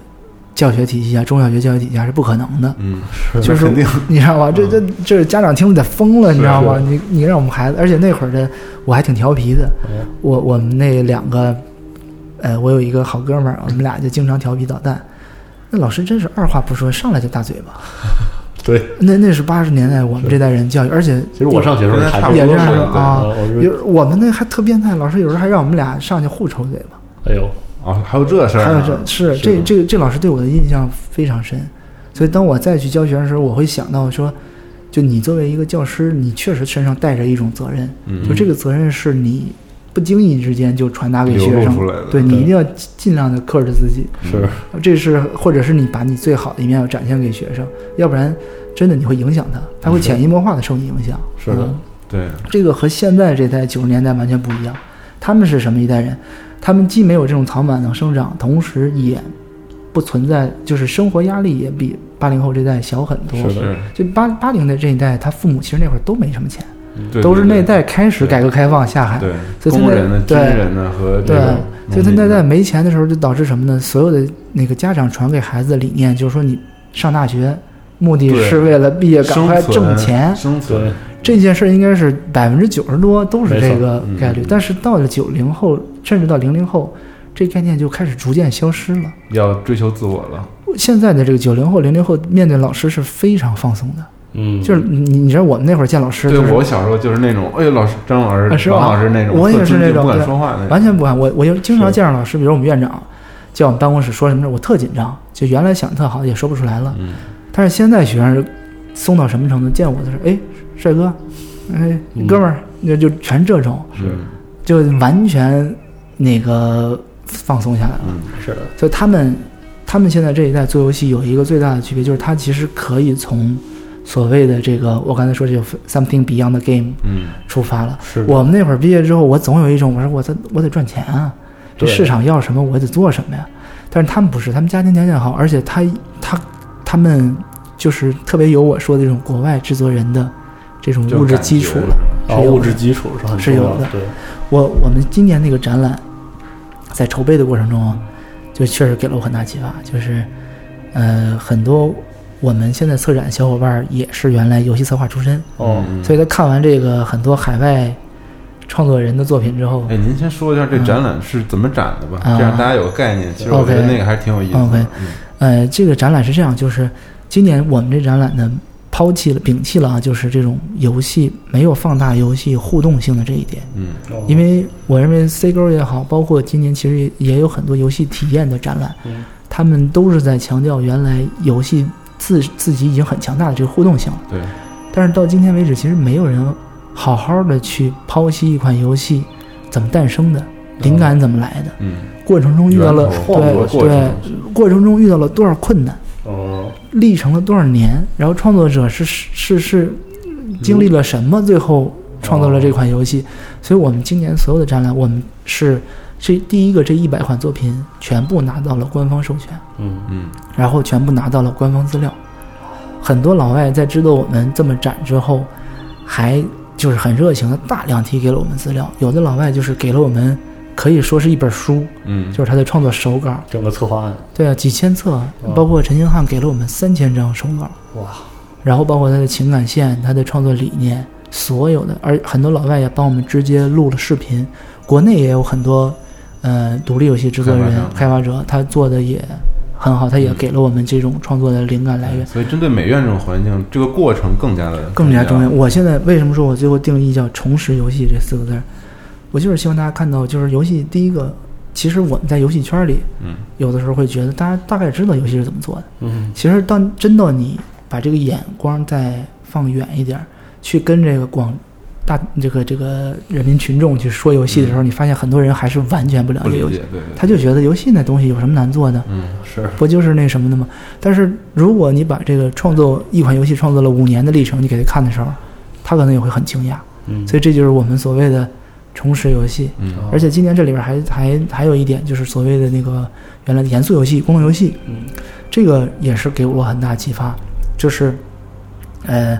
Speaker 3: 教学体系下，中小学教育体系下是不可能 的。
Speaker 1: 嗯，
Speaker 2: 是
Speaker 3: 就是
Speaker 1: 肯定
Speaker 3: 你知道吗？这这这是家长听了得疯了，你知道吗？
Speaker 2: 是
Speaker 3: 你你让我们孩子，而且那会儿的我还挺调皮的，
Speaker 2: 哦
Speaker 3: 我我们那两个，呃，我有一个好哥们儿，我们俩就经常调皮捣蛋。那老师真是二话不说，上来就大嘴巴。
Speaker 2: 对，
Speaker 3: 那那是八十年代我们这代人教育，而且
Speaker 2: 其实我上学的时候
Speaker 1: 跟他差
Speaker 2: 还
Speaker 1: 不
Speaker 3: 也
Speaker 1: 多
Speaker 3: 这样
Speaker 1: 是
Speaker 3: 的
Speaker 1: 对
Speaker 3: 啊。
Speaker 2: 我是
Speaker 3: 有我们那还特变态，老师有时候还让我们俩上去互抽嘴巴。
Speaker 2: 哎呦，
Speaker 1: 哦，还有这事儿
Speaker 3: 还有
Speaker 1: 呢，
Speaker 3: 这是
Speaker 2: 是
Speaker 3: 这
Speaker 2: 的
Speaker 3: 这这老师对我的印象非常深，所以当我再去教学生的时候，我会想到说，就你作为一个教师，你确实身上带着一种责任，
Speaker 1: 嗯
Speaker 3: 就这个责任是你不经意之间就传达给
Speaker 1: 流
Speaker 3: 学
Speaker 1: 露
Speaker 3: 生
Speaker 1: 出来的
Speaker 3: 对你
Speaker 2: 对
Speaker 3: 一定要尽量的克制自己，
Speaker 2: 是
Speaker 3: 这是或者是你把你最好的一面要展现给学生，要不然真的你会影响他，他会潜移默化的受你影响。
Speaker 2: 是的
Speaker 3: 嗯，
Speaker 1: 对，
Speaker 3: 这个和现在这代九十年代完全不一样。他们是什么一代人？他们既没有这种草莽的生长，同时也不存在，就是生活压力也比八零后这代小很多。
Speaker 2: 是的
Speaker 1: 是，
Speaker 3: 就八八零的这一代，他父母其实那会儿都没什么钱，
Speaker 1: 对
Speaker 3: 都是那
Speaker 1: 对
Speaker 3: 代开始改革开放下海，
Speaker 1: 对
Speaker 3: 哎所以现
Speaker 1: 工
Speaker 3: 在
Speaker 1: 人的、军
Speaker 3: 对
Speaker 1: 人的和这
Speaker 3: 对
Speaker 1: 种
Speaker 3: 所以他
Speaker 1: 农
Speaker 3: 那
Speaker 1: 民
Speaker 3: 代
Speaker 1: 的
Speaker 3: 没钱的时候，就导致什么呢？所有的那个家长传给孩子的理念就是说，你上大学目的
Speaker 1: 对
Speaker 3: 是为了毕业赶
Speaker 1: 生
Speaker 3: 快
Speaker 1: 存
Speaker 3: 挣钱，
Speaker 1: 生存
Speaker 2: 对，
Speaker 3: 这件事儿应该是百分之九十多都是这个
Speaker 1: 没错
Speaker 3: 概率
Speaker 1: 嗯，
Speaker 3: 但是到了九零后，甚至到零零后，这概念就开始逐渐消失了。
Speaker 1: 要追求自我了，
Speaker 3: 现在的这个九零后、零零后面对老师是非常放松的，
Speaker 2: 嗯，
Speaker 3: 就是你你知道我们那会儿见老师，
Speaker 1: 对
Speaker 3: 就是
Speaker 1: 我小时候就是那种，哎呦，老师张老
Speaker 3: 啊
Speaker 1: 师、
Speaker 3: 是
Speaker 1: 王
Speaker 3: 吧
Speaker 1: 老师那种，
Speaker 3: 我也
Speaker 1: 特
Speaker 3: 是
Speaker 1: 尊
Speaker 3: 那
Speaker 1: 敬
Speaker 3: 种
Speaker 1: 不敢
Speaker 3: 对
Speaker 1: 说话那种，
Speaker 3: 完全不敢。我我就经常
Speaker 2: 是
Speaker 3: 见着老师，比如我们院长叫我们办公室说什么事儿，我特紧张，就原来想得特好也说不出来了。
Speaker 1: 嗯，
Speaker 3: 但是现在学生松到什么程度？见我的时候，哎，帅哥，哎，
Speaker 2: 嗯
Speaker 3: 哥们儿，那就全这种。
Speaker 1: 是，
Speaker 3: 就完全那个放松下来了。
Speaker 1: 嗯，
Speaker 2: 是的，
Speaker 3: 所以他们他们现在这一代做游戏有一个最大的区别，就是他其实可以从所谓的这个我刚才说这个 something beyond the game
Speaker 1: 嗯，
Speaker 3: 出发了。
Speaker 2: 是的
Speaker 3: 我们那会儿毕业之后，我总有一种我说我得我得赚钱啊，这
Speaker 2: 对
Speaker 3: 市场要什么我得做什么呀。但是他们不是，他们家庭条件好，而且他他他们就是特别有我说的这种国外制作人的这种
Speaker 1: 这种
Speaker 3: 物质
Speaker 1: 嗯感
Speaker 3: 基
Speaker 1: 觉
Speaker 3: 础
Speaker 1: 是
Speaker 3: 了。
Speaker 2: 啊，
Speaker 3: 是有
Speaker 2: 物
Speaker 3: 的
Speaker 2: 质基础是很
Speaker 3: 是
Speaker 2: 重
Speaker 3: 有
Speaker 2: 要
Speaker 3: 的
Speaker 2: 对，
Speaker 3: 我我们今年那个展览，在筹备的过程中啊，就确实给了我很大启发，就是，呃，很多我们现在策展小伙伴儿也是原来游戏策划出身，
Speaker 2: 哦，
Speaker 1: 嗯
Speaker 3: 所以他看完这个很多海外创作人的作品之后
Speaker 1: 哎，您先说一下这
Speaker 3: 嗯
Speaker 1: 展览是怎么展的吧，
Speaker 3: 啊
Speaker 1: 这样大家有个概念。其实我觉得
Speaker 3: OK
Speaker 1: 那个还是挺有意思的。
Speaker 3: OK
Speaker 1: 嗯
Speaker 3: 呃，这个展览是这样，就是今年我们这展览呢，抛弃了、摒弃了啊，就是这种游戏没有放大游戏互动性的这一点，
Speaker 1: 嗯
Speaker 2: 哦
Speaker 3: 因为我认为 C 勾也好，包括今年其实也也有很多游戏体验的展览。
Speaker 2: 嗯
Speaker 3: 他们都是在强调原来游戏自自己已经很强大的这个互动性了。
Speaker 1: 嗯对，
Speaker 3: 但是到今天为止，其实没有人好好的去剖析一款游戏怎么诞生的，灵感怎么来的，
Speaker 1: 嗯，
Speaker 3: 过程中遇到了
Speaker 1: 源头
Speaker 2: 创
Speaker 3: 对
Speaker 2: 作
Speaker 1: 过
Speaker 3: 对
Speaker 1: 程，
Speaker 3: 过程嗯中遇到了多少困难，
Speaker 2: 哦，
Speaker 3: 历程了多少年，然后创作者是是是经历了什么，最后创作了这款游戏。所以我们今年所有的展览，我们是这第一个这一百款作品全部拿到了官方授权，
Speaker 2: 嗯
Speaker 1: 嗯，
Speaker 3: 然后全部拿到了官方资料。很多老外在知道我们这么展之后，还就是很热情的大量提给了我们资料。有的老外就是给了我们可以说是一本书，
Speaker 1: 嗯，
Speaker 3: 就是他的创作手稿。
Speaker 2: 整个策划案，
Speaker 3: 对啊，几千册啊
Speaker 2: 哦，
Speaker 3: 包括陈星汉给了我们三千张手稿，
Speaker 2: 哇，
Speaker 3: 然后包括他的情感线、他的创作理念，所有的，而很多老外也帮我们直接录了视频，国内也有很多，呃，独立游戏制作人
Speaker 1: 开发、商
Speaker 3: 开发者，他做的也很好，他也
Speaker 1: 嗯
Speaker 3: 给了我们这种创作的灵感来源，
Speaker 1: 所以针对啊美院这种环境，这个过程更加的
Speaker 3: 更加重要。我现在为什么说我最后定义叫“重拾游戏”这四个字儿？我就是希望大家看到，就是游戏第一个，其实我们在游戏圈里，
Speaker 1: 嗯
Speaker 3: 有的时候会觉得大家大概知道游戏是怎么做的。
Speaker 2: 嗯
Speaker 3: 其实当真到你把这个眼光再放远一点儿，去跟这个广大这个这个人民群众去说游戏的时候，你发现很多人还是完全不了
Speaker 1: 嗯不
Speaker 3: 解
Speaker 1: 理
Speaker 3: 游戏，
Speaker 1: 解，对对，
Speaker 3: 他就觉得游戏那东西有什么难做的，
Speaker 1: 嗯
Speaker 2: 是，
Speaker 3: 不就是那什么的吗？但是如果你把这个创作一款游戏创作了五年的历程，你给他看的时候，他可能也会很惊讶。
Speaker 2: 嗯，
Speaker 3: 所以这就是我们所谓的重拾游戏。
Speaker 1: 嗯
Speaker 3: 而且今年这里边还还还有一点，就是所谓的那个原来的严肃游戏、功能游戏，
Speaker 2: 嗯
Speaker 3: 这个也是给我很大启发，就是，呃，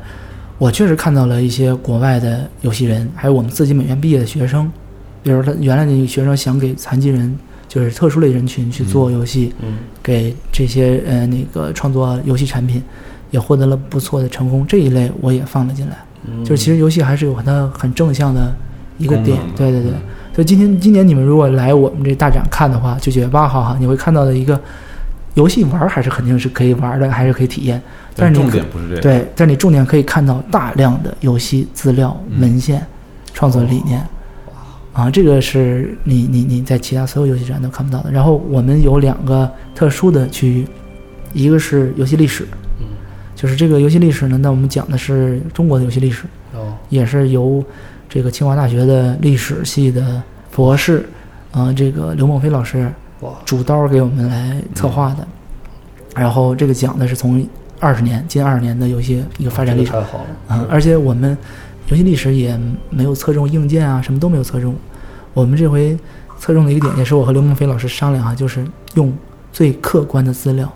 Speaker 3: 我确实看到了一些国外的游戏人，还有我们自己美院毕业的学生，比如他原来的学生想给残疾人，就是特殊类人群去做游戏，
Speaker 2: 嗯
Speaker 3: 给这些呃那个创作游戏产品，也获得了不错的成功，这一类我也放了进来。
Speaker 2: 嗯，
Speaker 3: 就是其实游戏还是有它很正向的一个点
Speaker 1: 功能，的
Speaker 3: 对对对
Speaker 1: 嗯。
Speaker 3: 所以今天今年你们如果来我们这大展看的话，就九月八号哈，你会看到的一个游戏玩儿还是肯定是可以玩儿的，还是可以体验。但
Speaker 1: 但
Speaker 3: 是你
Speaker 1: 重
Speaker 3: 可
Speaker 1: 点不是这个，
Speaker 3: 对，但你重点可以看到大量的游戏资料、
Speaker 1: 嗯哦
Speaker 3: 文献、创作理念。啊，这个是你你你在其他所有游戏展都看不到的。然后我们有两个特殊的区域，一个是游戏历史，
Speaker 2: 嗯
Speaker 3: 就是这个游戏历史呢，那我们讲的是中国的游戏历史，
Speaker 2: 哦，
Speaker 3: 也是由这个清华大学的历史系的博士，呃，这个刘梦飞老师
Speaker 2: 哇
Speaker 3: 主刀给我们来策划的。然后这个讲的是从二十年近二十年的游戏一个发展历程
Speaker 2: 嗯这个太好了，
Speaker 3: 啊、而且我们游戏历史也没有侧重硬件啊，什么都没有侧重。我们这回侧重的一个点，也是我和刘梦飞老师商量啊，就是用最客观的资料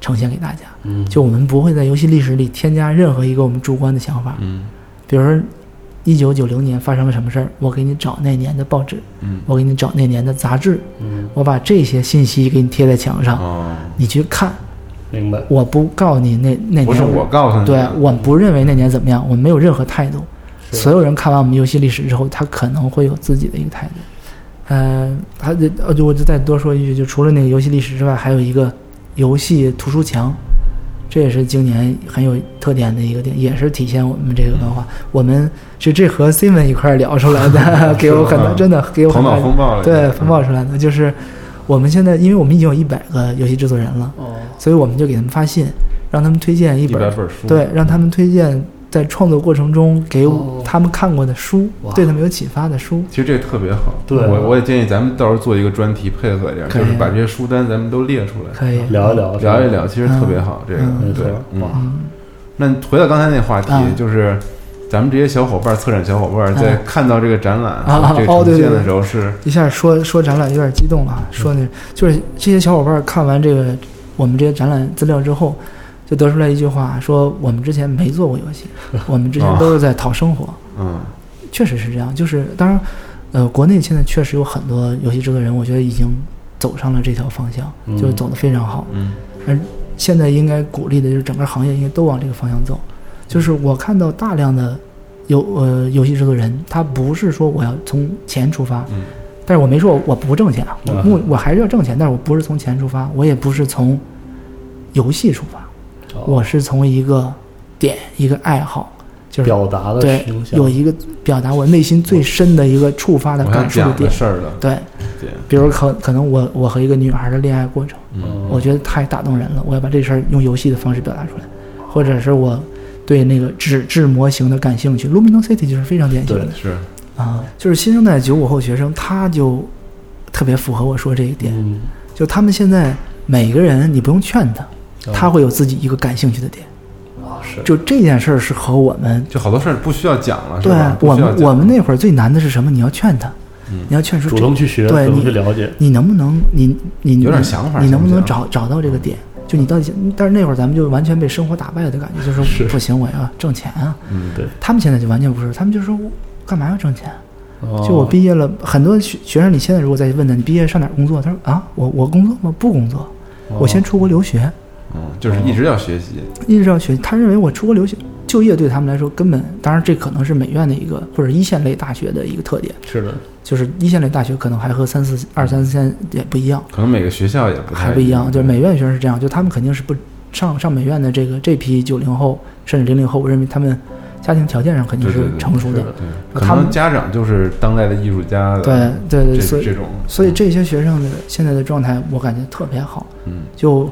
Speaker 3: 呈现给大家。
Speaker 2: 嗯
Speaker 3: 就我们不会在游戏历史里添加任何一个我们主观的想法，
Speaker 1: 嗯
Speaker 3: 比如说，一九九零年发生了什么事儿，我给你找那年的报纸，
Speaker 1: 嗯
Speaker 3: 我给你找那年的杂志，
Speaker 2: 嗯，
Speaker 3: 我把这些信息给你贴在墙上，
Speaker 1: 哦，
Speaker 3: 你去看。
Speaker 2: 明白，
Speaker 3: 我不告你那那年，
Speaker 1: 不是我告诉你，
Speaker 3: 对，我们不认为那年怎么样，我们没有任何态度。
Speaker 2: 是
Speaker 3: 所有人看完我们游戏历史之后，他可能会有自己的一个态度。呃，他的呃，就我就再多说一句，就除了那个游戏历史之外，还有一个游戏图书墙，这也是今年很有特点的一个点，也是体现我们这个文化。我们是这和 Simon 一块儿聊出 来的， 给我很大，
Speaker 1: 嗯
Speaker 3: 真的给我
Speaker 1: 头
Speaker 3: 很
Speaker 1: 脑
Speaker 3: 大
Speaker 1: 风暴了，
Speaker 3: 对风暴出来的，就是我们现在，因为我们已经有一百个游戏制作人了，
Speaker 2: 哦，
Speaker 3: 所以我们就给他们发信，让他们推荐一
Speaker 1: 一
Speaker 3: 本
Speaker 1: 百本书，
Speaker 3: 对，让他们推荐在创作过程中给
Speaker 2: 哦
Speaker 3: 他们看过的书，
Speaker 2: 哇
Speaker 3: 对他们有启发的书。
Speaker 1: 其实这个特别好，
Speaker 2: 对
Speaker 1: 我我也建议咱们到时候做一个专题配合一下，
Speaker 3: 可以
Speaker 1: 就是把这些书单咱们都列出来
Speaker 3: 可以
Speaker 2: 聊一聊，
Speaker 1: 聊一，聊，其实特别好，这个
Speaker 3: 嗯
Speaker 2: 没错
Speaker 1: 对，嗯。
Speaker 2: 哇，
Speaker 3: 嗯，
Speaker 1: 那回到刚才那话题，
Speaker 3: 嗯
Speaker 1: 就是咱们这些小伙伴、策展小伙伴在看到这个展览、
Speaker 3: 啊
Speaker 1: 这个呈
Speaker 3: 哦对对
Speaker 1: 现的
Speaker 3: 对
Speaker 1: 时候是，
Speaker 3: 一下说说展览有点激动了啊，说那就是这些小伙伴看完这个我们这些展览资料之后，就得出来一句话，说我们之前没做过游戏，我们之前都是在讨生活。
Speaker 1: 嗯
Speaker 3: 确实是这样，就是当然，呃，国内现在确实有很多游戏制作人，我觉得已经走上了这条方向，
Speaker 2: 嗯
Speaker 3: 就走得非常好。
Speaker 1: 嗯
Speaker 3: 现在应该鼓励的就是整个行业应该都往这个方向走。就是我看到大量的游呃游戏制作人，他不是说我要从钱出发，
Speaker 1: 嗯
Speaker 3: 但是我没说我不挣钱啊，我
Speaker 2: 嗯
Speaker 3: 目我还是要挣钱，但是我不是从钱出发，我也不是从游戏出发，
Speaker 2: 哦
Speaker 3: 我是从一个点一个爱好，就是
Speaker 2: 表达的
Speaker 3: 对
Speaker 2: 形象
Speaker 3: 有一个表达我内心最深的一个触发的
Speaker 1: 我想
Speaker 3: 感受的
Speaker 1: 讲的
Speaker 3: 点，
Speaker 1: 事儿了，
Speaker 3: 对，
Speaker 1: 对，
Speaker 3: 比如可可能我我和一个女孩的恋爱过程。
Speaker 1: 嗯
Speaker 3: 我觉得太打动人了，我要把这事儿用游戏的方式表达出来，或者是我对那个纸质模型的感兴趣。Luminous City 就是非常典型的
Speaker 2: 对，
Speaker 1: 是，
Speaker 3: 啊，就是新生代九五后学生，他就特别符合我说这一点。
Speaker 2: 嗯，
Speaker 3: 就他们现在每个人，你不用劝他，
Speaker 1: 嗯
Speaker 3: 他会有自己一个感兴趣的点。
Speaker 2: 啊是
Speaker 3: 就这件事儿是和我们
Speaker 1: 就好多事儿不需要讲了，是
Speaker 3: 对啊
Speaker 1: 吧？不
Speaker 3: 我
Speaker 1: 需要
Speaker 3: 们
Speaker 1: 讲嗯
Speaker 3: 我们那会儿最难的是什么？你要劝他，你要劝说
Speaker 2: 主
Speaker 3: 这
Speaker 2: 动去学，主
Speaker 3: 对
Speaker 2: 动去
Speaker 3: 你
Speaker 2: 了解，
Speaker 3: 你能不能你你
Speaker 1: 有点想法
Speaker 3: 你能不能
Speaker 1: 想
Speaker 3: 找找到这个点？就你到底想，但是那会儿咱们就完全被生活打败的感觉，就是
Speaker 2: 是
Speaker 3: 不行，我要挣钱啊。
Speaker 1: 嗯
Speaker 2: 对，
Speaker 3: 他们现在就完全不是，他们就说我干嘛要挣钱？啊
Speaker 2: 哦
Speaker 3: 就我毕业了，很多学学生，你现在如果再问他，你毕业上哪儿工作？他说啊，我我工作吗？不工作，
Speaker 1: 哦
Speaker 3: 我
Speaker 2: 哦
Speaker 3: 先出国留学，
Speaker 1: 嗯，就是一直要学习，
Speaker 3: 一直要学。他认为我出国留学就业对他们来说根本，当然这可能是美院的一个或者一线类大学的一个特点，
Speaker 2: 是的，
Speaker 3: 就是一线类大学可能还和三四二三线也不一样，
Speaker 1: 可能每个学校也不太
Speaker 3: 还不一样。就是美院学生是这样，就他们肯定是不上上美院的这个这批九零后甚至零零后，我认为他们家庭条件上肯定
Speaker 1: 对对
Speaker 3: 是
Speaker 1: 对
Speaker 3: 成熟的
Speaker 2: 是，的
Speaker 1: 对，
Speaker 3: 他
Speaker 1: 可能
Speaker 3: 们
Speaker 1: 家长就是当代的艺术家的，
Speaker 3: 对对对，所
Speaker 1: 这
Speaker 3: 以
Speaker 1: 这种，
Speaker 3: 所以这些学生的现在的状态，我感觉特别好。
Speaker 1: 嗯，
Speaker 3: 就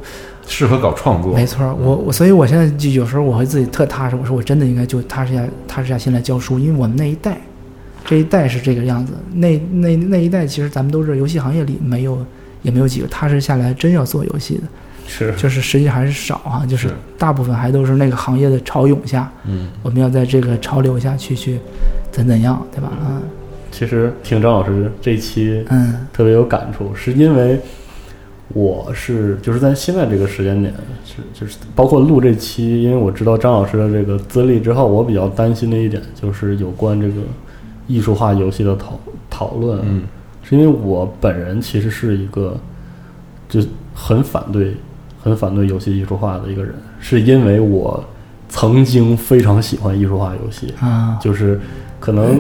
Speaker 1: 适合搞创作，
Speaker 3: 没错儿，我我所以我现在就有时候我会自己特踏实，我说我真的应该就踏实下踏实下心来教书，因为我们那一代，这一代是这个样子，那那那一代其实咱们都是游戏行业里没有也没有几个踏实下来真要做游戏的，
Speaker 2: 是
Speaker 3: 就是实际还是少啊，就是
Speaker 1: 是
Speaker 3: 大部分还都是那个行业的潮涌下，
Speaker 1: 嗯，
Speaker 3: 我们要在这个潮流下去去怎怎样，对吧？嗯
Speaker 2: 其实听张老师这一期
Speaker 3: 嗯
Speaker 2: 特别有感触，是因为我是就是在现在这个时间点，是就是包括录这期，因为我知道张老师的这个资历之后，我比较担心的一点就是有关这个艺术化游戏的讨讨论，
Speaker 1: 嗯，
Speaker 2: 是因为我本人其实是一个就很反对、很反对游戏艺术化的一个人，是因为我曾经非常喜欢艺术化游戏，
Speaker 3: 啊，
Speaker 2: 就是可能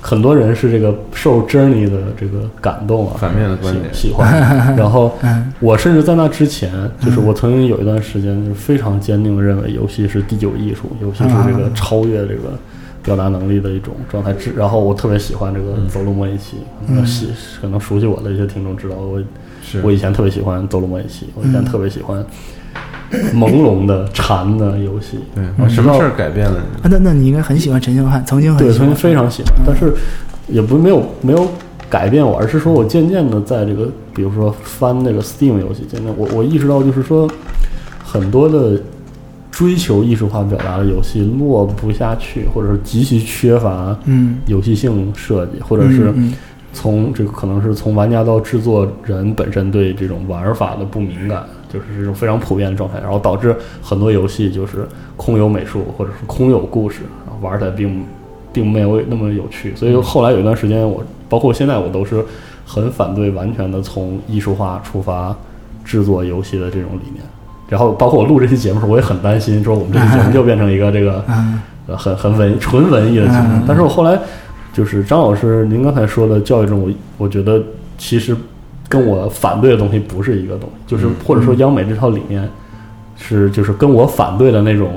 Speaker 2: 很多人是这个受 Journey 的这个感动啊，
Speaker 1: 反面的观点
Speaker 2: 喜喜欢。 然后
Speaker 3: 嗯
Speaker 2: 我甚至在那之前，就是我曾经有一段时间就是非常坚定的认为游戏是第九艺术，游戏是这个
Speaker 3: 啊
Speaker 2: 超越这个表达能力的一种状态。之然后我特别喜欢这个走路摸一起，
Speaker 3: 嗯
Speaker 2: 喜可能熟悉我的一些听众知道我。
Speaker 1: 是
Speaker 2: 我以前特别喜欢《走龙魔一起》，我以
Speaker 3: 嗯
Speaker 2: 前特别喜欢朦胧的、禅的游戏。
Speaker 1: 对
Speaker 3: 嗯
Speaker 2: 我
Speaker 1: 什
Speaker 2: 知
Speaker 1: 么
Speaker 2: 道
Speaker 1: 事儿改变了你？
Speaker 3: 啊那那你应该很喜欢陈星汉，曾经很
Speaker 2: 对，
Speaker 3: 喜
Speaker 2: 曾
Speaker 3: 欢
Speaker 2: 经非常喜欢，但是也不没有没有改变我，而是说我渐渐的在这个，比如说翻那个 Steam 游戏，渐渐我我意识到，就是说很多的追求艺术化表达的游戏落不下去，或者是极其缺乏
Speaker 3: 嗯，
Speaker 2: 游戏性设计，或者是、
Speaker 3: 嗯嗯
Speaker 2: 从这个可能是从玩家到制作人本身对这种玩法的不敏感，就是这种非常普遍的状态，然后导致很多游戏就是空有美术或者是空有故事，然后玩起来并并没有那么有趣。所以后来有一段时间我，包括现在我都是很反对完全的从艺术化出发制作游戏的这种理念。然后包括我录这期节目的时候，我也很担心说我们这期节目就变成一个这个
Speaker 3: 啊
Speaker 2: 呃，很很文纯文艺
Speaker 3: 嗯
Speaker 2: 的节目。但是我后来就是张老师您刚才说的教育中，我我觉得其实跟我反对的东西不是一个东西，就是
Speaker 3: 嗯
Speaker 2: 或者说央美这套理念是就是跟我反对的那种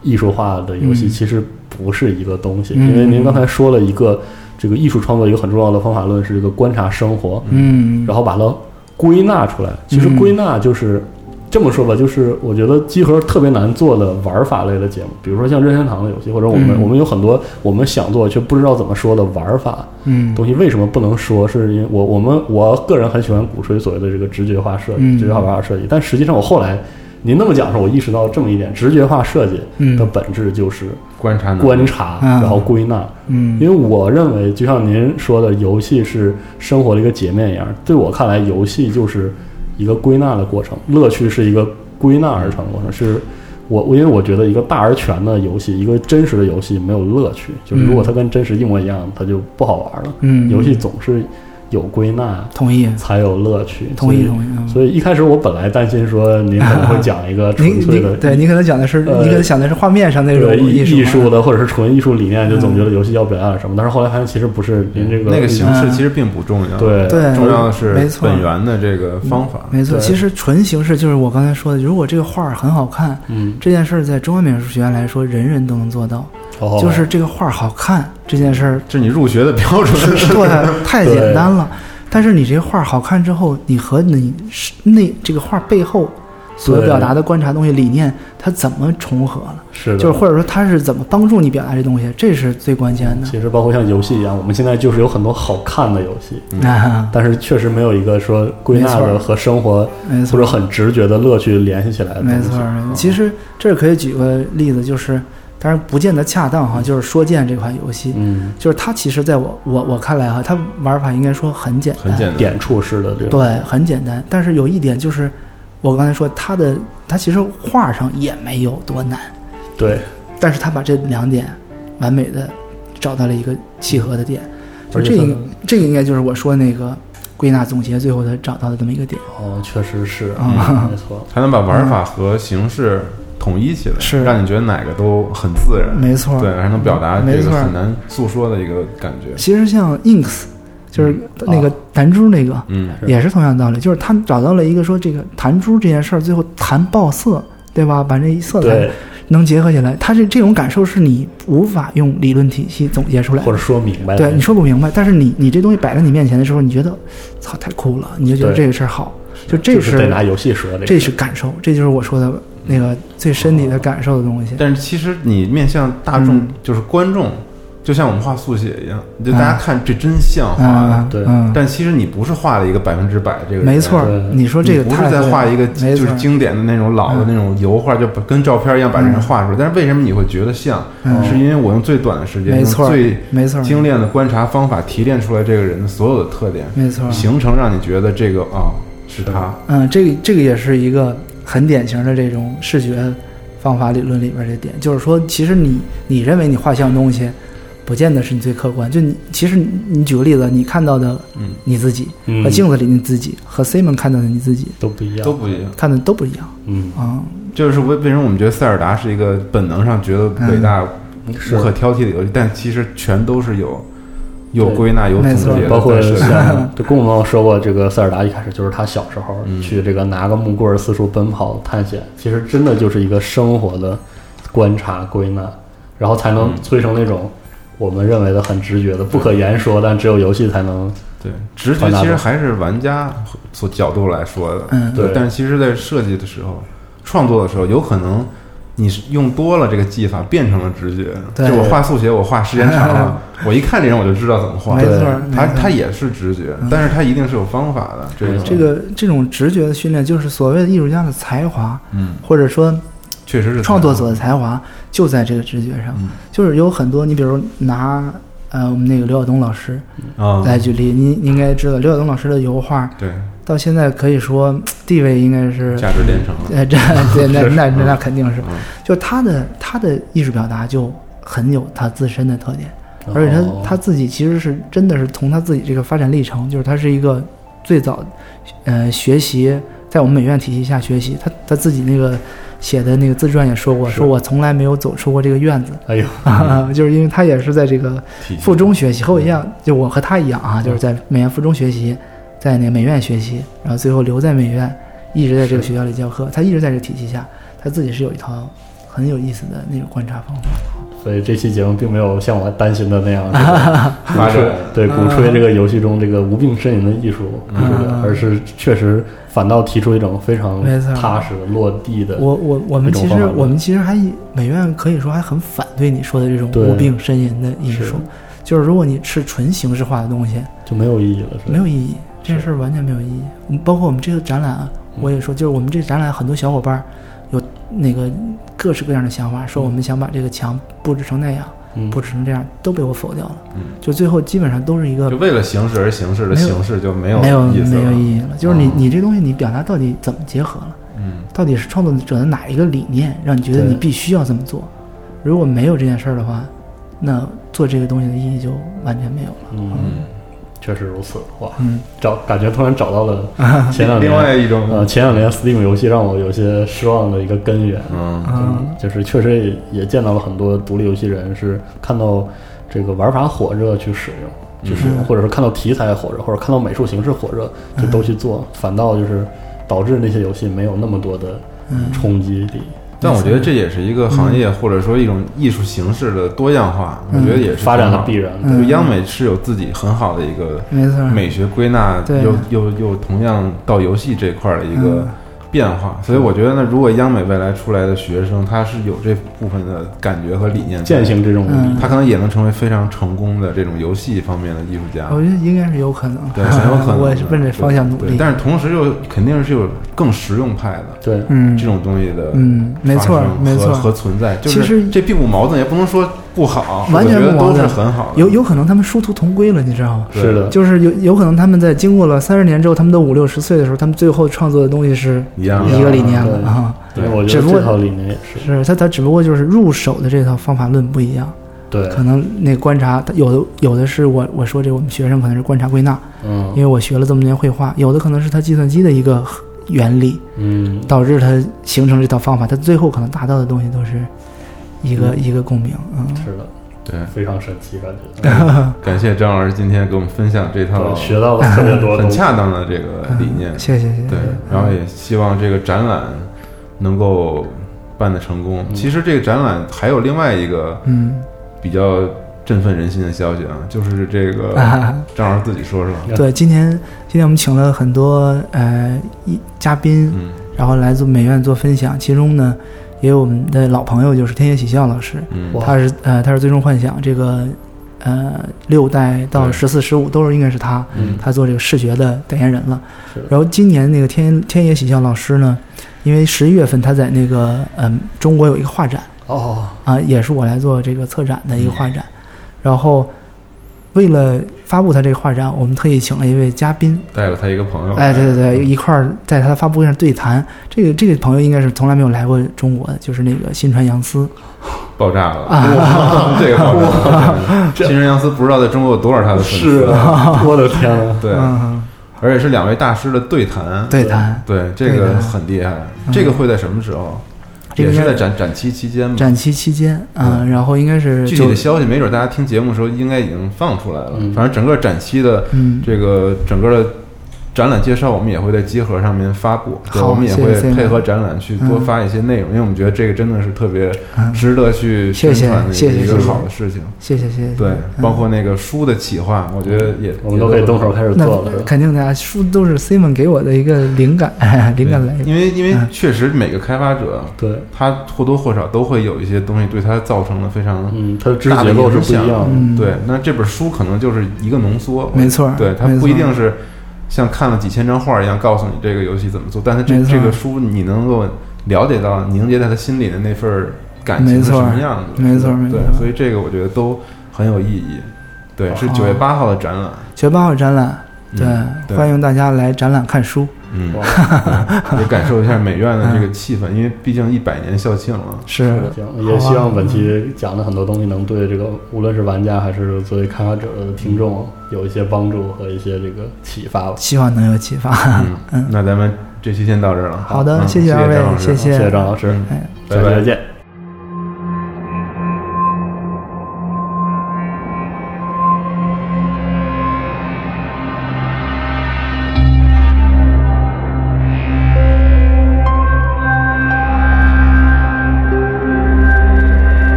Speaker 2: 艺术化的游戏
Speaker 3: 嗯
Speaker 2: 其实不是一个东西，
Speaker 3: 嗯
Speaker 2: 因为您刚才说了一个这个艺术创作一个很重要的方法论是一个观察生活，
Speaker 3: 嗯，
Speaker 2: 然后把它归纳出来。其实
Speaker 3: 嗯
Speaker 2: 归纳就是、这么说吧，就是我觉得集合特别难做的玩法类的节目，比如说像任天堂的游戏，或者我们、
Speaker 3: 嗯
Speaker 2: 我们有很多我们想做却不知道怎么说的玩法
Speaker 3: 嗯
Speaker 2: 东西，为什么不能说？是因为我我们我个人很喜欢鼓吹所谓的这个直觉化设计，
Speaker 3: 嗯
Speaker 2: 直觉化玩法设计，但实际上我后来。您那么讲的时候，我意识到这么一点：直觉化设计
Speaker 3: 嗯
Speaker 2: 的本质就是
Speaker 1: 观察能力
Speaker 2: 观察，
Speaker 3: 嗯
Speaker 2: 然后归纳。
Speaker 3: 嗯，
Speaker 2: 因为我认为，就像您说的，游戏是生活的一个截面一样。对我看来，游戏就是一个归纳的过程，乐趣是一个归纳而成的过程。是我，我因为我觉得一个大而全的游戏，一个真实的游戏没有乐趣。就是如果它跟真实一模一样，它就不好玩了。
Speaker 3: 嗯，
Speaker 2: 游戏总是有归纳
Speaker 3: 同意，
Speaker 2: 才有乐趣。
Speaker 3: 同
Speaker 2: 所
Speaker 3: 意，
Speaker 2: 以
Speaker 3: 同意。嗯
Speaker 2: 所以一开始我本来担心说您可能会讲一个纯
Speaker 3: 您
Speaker 2: 粹的
Speaker 3: 您对您可能讲的是，
Speaker 2: 呃
Speaker 3: 您可能想的是画面上那种
Speaker 2: 对艺
Speaker 3: 术，
Speaker 2: 术的或者是纯艺术理念，就总觉得游戏要表达点什么，但是后来发现其实不是，您这个
Speaker 1: 那个形式
Speaker 3: 嗯
Speaker 1: 其实并不重要，，
Speaker 2: 对
Speaker 3: 对
Speaker 1: 重要的是
Speaker 3: 没错嗯
Speaker 1: 本源的这个方法，，
Speaker 3: 没错。
Speaker 2: 对
Speaker 3: 其实纯形式就是我刚才说的，如果这个画儿很好看，
Speaker 2: 嗯，
Speaker 3: 这件事儿在中央美术学院来说，人人都能做到。
Speaker 2: 哦
Speaker 3: 就是这个画儿好看这件事儿
Speaker 1: 这是你入学的标准，
Speaker 3: 对，太
Speaker 2: 对
Speaker 3: 简单了。但是你这个画儿好看之后，你和你是那这个画儿背后所
Speaker 2: 对
Speaker 3: 表达的观察东西理念，它怎么重合了？
Speaker 2: 是的，
Speaker 3: 就是或者说它是怎么帮助你表达这东西，这是最关键的。
Speaker 2: 其实包括像游戏一样，我们现在就是有很多好看的游戏，
Speaker 3: 啊，
Speaker 2: 但是确实没有一个说归纳
Speaker 3: 没
Speaker 2: 的
Speaker 3: 错
Speaker 2: 和生活
Speaker 3: 没
Speaker 2: 或
Speaker 3: 错
Speaker 2: 者，很直觉的乐趣联系起来的东西。
Speaker 3: 没错。没错
Speaker 2: 嗯
Speaker 3: 其实这儿可以举个例子，就是当然不见得恰当哈，就是《说剑》这款游戏，
Speaker 2: 嗯，
Speaker 3: 就是它其实在我我我看来哈，它玩法应该说很简单，
Speaker 1: 很简单，
Speaker 2: 点触式的这种，
Speaker 3: 对，很简单。但是有一点就是，我刚才说它的它其实画上也没有多难，
Speaker 2: 对，
Speaker 3: 但是他把这两点完美的找到了一个契合的点，就
Speaker 2: 而
Speaker 3: 这
Speaker 2: 且
Speaker 3: 应
Speaker 2: 它
Speaker 3: 这个应该就是我说那个归纳总结最后他找到的这么一个点。
Speaker 2: 哦，确实是，
Speaker 3: 嗯
Speaker 2: 没错，
Speaker 1: 才能把玩法和形式统一起来，
Speaker 3: 是
Speaker 1: 让你觉得哪个都很自然，
Speaker 3: 没错，
Speaker 1: 对，还能表达这
Speaker 3: 嗯没
Speaker 1: 个
Speaker 3: 错
Speaker 1: 很难诉说的一个感觉。
Speaker 3: 其实像 Inks，就是那个
Speaker 2: 啊
Speaker 3: 弹珠那个。
Speaker 1: 嗯，
Speaker 2: 是
Speaker 3: 也是同样的道理，就是他找到了一个说这个弹珠这件事儿，最后弹爆色，对吧？把这一色彩
Speaker 2: 对，
Speaker 3: 能结合起来，他这这种感受是你无法用理论体系总结出来
Speaker 2: 或
Speaker 3: 的
Speaker 2: 者。说明白，
Speaker 3: 对，你，说不明白，但是你你这东西摆在你面前的时候，你觉得，操，太酷了，你就觉得
Speaker 2: 对
Speaker 3: 这个事儿好，就这
Speaker 2: 就是得拿游戏说
Speaker 3: 这
Speaker 2: 个
Speaker 3: 是感受，这就是我说的那个最身体的感受的东西。
Speaker 1: 但是其实你面向大众
Speaker 3: 嗯，
Speaker 1: 就是观众，就像我们画速写一样，就大家
Speaker 3: 嗯
Speaker 1: 看这真像画
Speaker 3: 啊
Speaker 1: 的，，
Speaker 2: 对
Speaker 3: 嗯，
Speaker 1: 但其实你不是画了一个百分之百这个人，
Speaker 3: 没错儿
Speaker 2: 对，
Speaker 3: 你说这个
Speaker 1: 你不
Speaker 3: 太
Speaker 1: 是在
Speaker 3: 对
Speaker 1: 画
Speaker 3: 了
Speaker 1: 一个
Speaker 3: 没
Speaker 1: 就
Speaker 3: 错
Speaker 1: 是
Speaker 3: 儿，嗯
Speaker 1: 经典的那种老的那种油画，就把跟照片一样把这人画出来。但是为什么你会觉得像？
Speaker 3: 嗯
Speaker 1: 是因为我用最短的时间，
Speaker 3: 没错
Speaker 1: 用
Speaker 3: 儿
Speaker 1: 最
Speaker 3: 没错儿，
Speaker 1: 精炼的观察方法提炼出来这个人的所有的特点，
Speaker 3: 没错儿，
Speaker 1: 形成让你觉得这个啊、是他。
Speaker 3: 嗯，这个这个也是一个很典型的这种视觉方法理论里边儿的点，就是说，其实你你认为你画像的东西，不见得是你最客观。就你其实你你举个例子，你看到的
Speaker 1: 嗯
Speaker 3: 你自己、
Speaker 2: 嗯
Speaker 3: 和镜子里你自己和 Simon 看到的你自己
Speaker 2: 都不一样，
Speaker 1: 都不一样，
Speaker 3: 看的都不一样
Speaker 2: 嗯，
Speaker 3: 啊、
Speaker 1: 就是为为什么我们觉得塞尔达是一个本能上觉得
Speaker 3: 嗯
Speaker 1: 伟大、
Speaker 2: 是
Speaker 1: 无可挑剔的游戏，但其实全都是有有
Speaker 2: 对
Speaker 1: 归纳、有
Speaker 3: 没
Speaker 1: 总
Speaker 3: 错
Speaker 1: 结的，
Speaker 2: 包括
Speaker 1: 在设计
Speaker 2: 像就跟我们说过，这个塞尔达一开始就是他小时候
Speaker 1: 嗯
Speaker 2: 去这个拿个木棍儿四处奔跑探险，其实真的就是一个生活的观察归纳，然后才能
Speaker 1: 嗯
Speaker 2: 催生那种我们认为的很直觉的、不可言说，但只有游戏才能
Speaker 1: 对，直觉
Speaker 2: 传达
Speaker 1: 其实
Speaker 2: 的
Speaker 1: 还是玩家所角度来说的，
Speaker 3: 嗯
Speaker 2: 对
Speaker 1: 但其实，在设计的时候、创作的时候，有可能你是用多了这个技法，变成了直觉。
Speaker 3: 对
Speaker 1: 就我画速写，我画时间长 了，我一看这人我就知道怎么画
Speaker 3: 没。
Speaker 2: 对
Speaker 3: 错儿，
Speaker 1: 他
Speaker 3: 没错儿
Speaker 1: 他也是直觉
Speaker 3: 嗯，
Speaker 1: 但是他一定是有方法的。这种
Speaker 2: 没错
Speaker 3: 这个这种直觉的训练，就是所谓的艺术家的才华，
Speaker 1: 嗯，
Speaker 3: 或者说
Speaker 1: 确实是
Speaker 3: 创作者的才华，就在这个直觉上。
Speaker 1: 嗯
Speaker 3: 就是有很多，你比如拿呃我们那个刘晓东老师
Speaker 1: 啊，
Speaker 3: 来举例，您您应该知道刘晓东老师的油画
Speaker 1: 对
Speaker 3: 到现在可以说嗯地位应该是，
Speaker 1: 价值连城了。
Speaker 3: 呃 这对 那
Speaker 1: 是
Speaker 3: 那那那肯定是，
Speaker 1: 嗯
Speaker 3: 就他的他的艺术表达就很有他自身的特点。而且
Speaker 2: 哦
Speaker 3: 他他自己其实是真的是从他自己这个发展历程，就是他是一个最早，呃，学习在我们美院体系下学习，他他自己那个写的那个自传也说过，
Speaker 2: 是
Speaker 3: 说我从来没有走出过这个院子，
Speaker 2: 哎呦，
Speaker 3: 就是因为他也是在这个
Speaker 1: 体系
Speaker 3: 附中学习，和我一样，就我和他一样啊，
Speaker 2: 嗯
Speaker 3: 就是在美院附中学习，在那个美院学习，然后最后留在美院，一直在这个学校里教课，他一直在这个体系下，他自己是有一套很有意思的那种观察方法。
Speaker 2: 所以这期节目并没有像我担心的那样，这个
Speaker 1: 发
Speaker 2: 鼓吹
Speaker 1: 展
Speaker 2: 对鼓吹这个游戏中这个无病呻吟的艺术，
Speaker 3: 嗯
Speaker 2: 是的而是确实反倒提出一种非常
Speaker 3: 没错
Speaker 2: 踏实的、落地的。
Speaker 3: 我我我们
Speaker 2: 一种
Speaker 3: 其
Speaker 2: 方
Speaker 3: 实
Speaker 2: 法论
Speaker 3: 我们其实还以美院可以说还很反对你说的这种
Speaker 2: 对
Speaker 3: 无病呻吟的艺
Speaker 2: 是
Speaker 3: 术，就是如果你是纯形式化的东西，
Speaker 2: 就没有意义了，是吧
Speaker 3: 没有意义，这
Speaker 2: 是
Speaker 3: 事儿完全没有意义。嗯包括我们这个展览啊，我也说，就是我们这个展览很多小伙伴儿有那个各式各样的想法，说我们想把这个墙布置成那样，
Speaker 2: 嗯
Speaker 3: 布置成这样，都被我否掉了
Speaker 1: 嗯。
Speaker 3: 就最后基本上都是一个
Speaker 1: 就为了形式而形式的
Speaker 3: 没有
Speaker 1: 形式就没
Speaker 3: 没有
Speaker 1: 意思
Speaker 3: 没有
Speaker 1: 了。
Speaker 3: 意义了。就是你
Speaker 1: 嗯
Speaker 3: 你这东西你表达到底怎么结合了？
Speaker 1: 嗯，
Speaker 3: 到底是创作者的哪一个理念让你觉得
Speaker 2: 对
Speaker 3: 你必须要这么做？如果没有这件事儿的话，那做这个东西的意义就完全没有了。
Speaker 2: 嗯，确实如此。哇，
Speaker 3: 嗯，
Speaker 2: 找感觉突然找到 了前两年
Speaker 1: 另外一种
Speaker 2: 呃前两年 Steam 游戏让我有些失望的一个根源。
Speaker 1: 嗯
Speaker 3: 啊，
Speaker 2: 就是确实也也见到了很多独立游戏人是看到这个玩法火热去使用，去使用，
Speaker 3: 嗯
Speaker 2: 或者是看到题材火热，或者看到美术形式火热，就都去做，反倒就是导致那些游戏没有那么多的
Speaker 3: 嗯
Speaker 2: 冲击力。
Speaker 1: 但我觉得这也是一个行业或者说一种艺术形式的多样化，我
Speaker 3: 嗯
Speaker 1: 觉得也是
Speaker 2: 发展
Speaker 1: 挺
Speaker 2: 了
Speaker 1: 好
Speaker 2: 必然的，
Speaker 1: 就
Speaker 3: 嗯
Speaker 1: 央美是有自己很好的一个
Speaker 3: 没错儿，
Speaker 1: 美学归纳，
Speaker 3: 嗯对
Speaker 1: 又又又同样到游戏这块儿的一个变化，所以我觉得呢，如果央美未来出来的学生，他是有这部分的感觉和理念，
Speaker 2: 践，行这种
Speaker 3: 嗯
Speaker 1: 他可能也能成为非常成功的这种游戏方面的艺术家。
Speaker 3: 我觉得应该是有可能，
Speaker 1: 对，很有可能。
Speaker 3: 我也是奔着方向努
Speaker 1: 对
Speaker 3: 力。
Speaker 1: 但是同时又肯定是有更实用派的
Speaker 2: 对，
Speaker 3: 嗯，
Speaker 1: 这种东西的，
Speaker 3: 嗯，没错儿，没错儿，
Speaker 1: 和存在，就
Speaker 3: 其实
Speaker 1: 是这并不矛盾，也不能说不好，
Speaker 3: 完全
Speaker 1: 我觉得
Speaker 3: 不矛
Speaker 1: 都
Speaker 3: 盾
Speaker 1: 是很好的。
Speaker 3: 有有可能他们殊途同归了，你知道吗？
Speaker 1: 对
Speaker 2: 是的，
Speaker 3: 就是有有可能他们在经过了三十年之后，他们都五六十岁的时候，他们最后创作的东西是
Speaker 1: 一样的
Speaker 3: 一个理念
Speaker 2: 对
Speaker 3: 了啊。
Speaker 2: 因为我
Speaker 3: 只
Speaker 2: 觉
Speaker 3: 不
Speaker 2: 得
Speaker 3: 过
Speaker 2: 这套理念也是
Speaker 3: 是他他只不过就是入手的这套方法论不一样，
Speaker 2: 对，
Speaker 3: 可能那观察有的有的是我我说这我们学生可能是观察归纳，因
Speaker 2: 嗯
Speaker 3: 为我学了这么多年绘画，有的可能是他计算机的一个原理
Speaker 2: 嗯，
Speaker 3: 导致他形成这套方法，他最后可能达到的东西都是一个、一个共鸣，嗯。
Speaker 2: 是的，
Speaker 1: 对，
Speaker 2: 非常神奇，感
Speaker 1: 嗯
Speaker 2: 觉
Speaker 1: 感谢张老师今天给我们分享这套
Speaker 2: 对学到了特别多
Speaker 1: 哦很
Speaker 2: 东西。
Speaker 1: 恰当的这个理念。
Speaker 3: 嗯谢谢谢谢。
Speaker 1: 对，然后也希望这个展览能够办得成
Speaker 2: 嗯
Speaker 1: 功。其实这个展览还有另外一个
Speaker 3: 嗯，
Speaker 1: 比较振奋人心的消息啊，就是这个
Speaker 3: 啊
Speaker 1: 张老师自己说说。
Speaker 3: 对，今天今天我们请了很多呃一嘉宾，
Speaker 1: 嗯
Speaker 3: 然后来自美院做分享，其中呢也有我们的老朋友，就是天野喜孝老师，
Speaker 1: 嗯，
Speaker 2: 哇
Speaker 3: 他是呃他是最终幻想这个呃六代到
Speaker 1: 对
Speaker 3: 十四十五都是应该是他，
Speaker 2: 嗯
Speaker 3: 他做这个视觉的代言人了
Speaker 2: 是的。
Speaker 3: 然后今年那个天天野喜孝老师呢，因为十一月份他在那个嗯、中国有一个画展。
Speaker 2: 哦，
Speaker 3: 啊，也是我来做这个策展的一个画展。然后，为了发布他这个画展，我们特意请了一位嘉宾，
Speaker 1: 带了他一个朋友。
Speaker 3: 哎，对对对，一块儿在他的发布会上对谈。这个这个朋友应该是从来没有来过中国的，就是那个新川洋司。
Speaker 1: 爆炸
Speaker 3: 啊
Speaker 1: 了， 这个爆炸了！ 新人杨斯不知道在中国有多少他的粉丝，
Speaker 2: 是啊，我的天啊！
Speaker 1: 对，
Speaker 3: 嗯，
Speaker 1: 而且是两位大师的对谈，
Speaker 3: 对谈
Speaker 1: 对，这
Speaker 3: 对
Speaker 1: 个
Speaker 3: 的
Speaker 1: 很厉害。
Speaker 3: 嗯
Speaker 1: 这个会在什么时候？
Speaker 3: 这
Speaker 1: 也
Speaker 3: 个
Speaker 1: 是在
Speaker 3: 应该
Speaker 1: 展展期期间嘛。
Speaker 3: 展期期间，嗯，然后应该是
Speaker 1: 具体
Speaker 3: 九
Speaker 1: 的，消息，没准大家听节目的时候应该已经放出来了。
Speaker 2: 嗯
Speaker 1: 反正整个展期的
Speaker 3: 嗯，
Speaker 1: 这个整个的展览介绍，我们也会在集合上面发布。对，
Speaker 3: 好
Speaker 1: 我们也
Speaker 3: 谢谢嗯
Speaker 1: 会
Speaker 3: Simon
Speaker 1: 配合展览去多发一些内容，因为我们觉得这个真的是特别
Speaker 3: 嗯
Speaker 1: 值得去宣传的
Speaker 3: 谢谢
Speaker 1: 一
Speaker 3: 谢
Speaker 1: 个
Speaker 3: 谢
Speaker 1: 好的事情。
Speaker 3: 谢谢谢谢。
Speaker 1: 对，
Speaker 3: 嗯
Speaker 1: 包括那个书的企划，我觉得也
Speaker 2: 我们都可以动手开始
Speaker 3: 那
Speaker 2: 做了，是吧
Speaker 3: 肯定的啊，书都是 Simon 给我的一个灵 感，灵感来
Speaker 1: 对
Speaker 3: 源。
Speaker 1: 因为因为
Speaker 3: 嗯
Speaker 1: 确实每个开发者
Speaker 2: 对，
Speaker 1: 他或多或少都会有一些东西对他造成了非常
Speaker 2: 嗯，它的知识结构是不一样的，
Speaker 3: 嗯，
Speaker 1: 对。那这本书可能就是一个浓缩，
Speaker 3: 没错
Speaker 1: 对，它
Speaker 3: 没
Speaker 1: 不一
Speaker 3: 错
Speaker 1: 定是像看了几千张画一样告诉你这个游戏怎么做，但是这
Speaker 3: 没错
Speaker 1: 这个书你能够了解到凝结在他心里的那份儿感情
Speaker 3: 没
Speaker 1: 是什
Speaker 3: 错
Speaker 1: 么样子，
Speaker 3: 没错没
Speaker 1: 对，
Speaker 3: 错
Speaker 1: 所以这个我觉得都很有意义。对，
Speaker 3: 哦
Speaker 1: 是九月八号的展览，
Speaker 3: 九月八号展览，对
Speaker 1: 嗯，对
Speaker 3: 欢迎大家来展览看书。
Speaker 1: 嗯，
Speaker 2: 哇
Speaker 1: 也感受一下美院的
Speaker 3: 嗯
Speaker 1: 这个气氛，因为毕竟一百年校庆了。
Speaker 3: 是
Speaker 2: 这样啊也希望本期讲的很多东西能对这个无论是玩家还是作为开发者的听众有一些帮助和一些这个启发吧。
Speaker 3: 希望能有启发。
Speaker 1: 嗯嗯，那咱们这期先到这儿了。
Speaker 3: 嗯好的
Speaker 1: 嗯
Speaker 3: 谢
Speaker 1: 谢
Speaker 3: 谢二位
Speaker 1: 张老师
Speaker 3: 谢
Speaker 2: 谢谢张老师，
Speaker 3: 哎，
Speaker 1: 拜
Speaker 2: 下
Speaker 1: 嗯拜
Speaker 2: 期再见。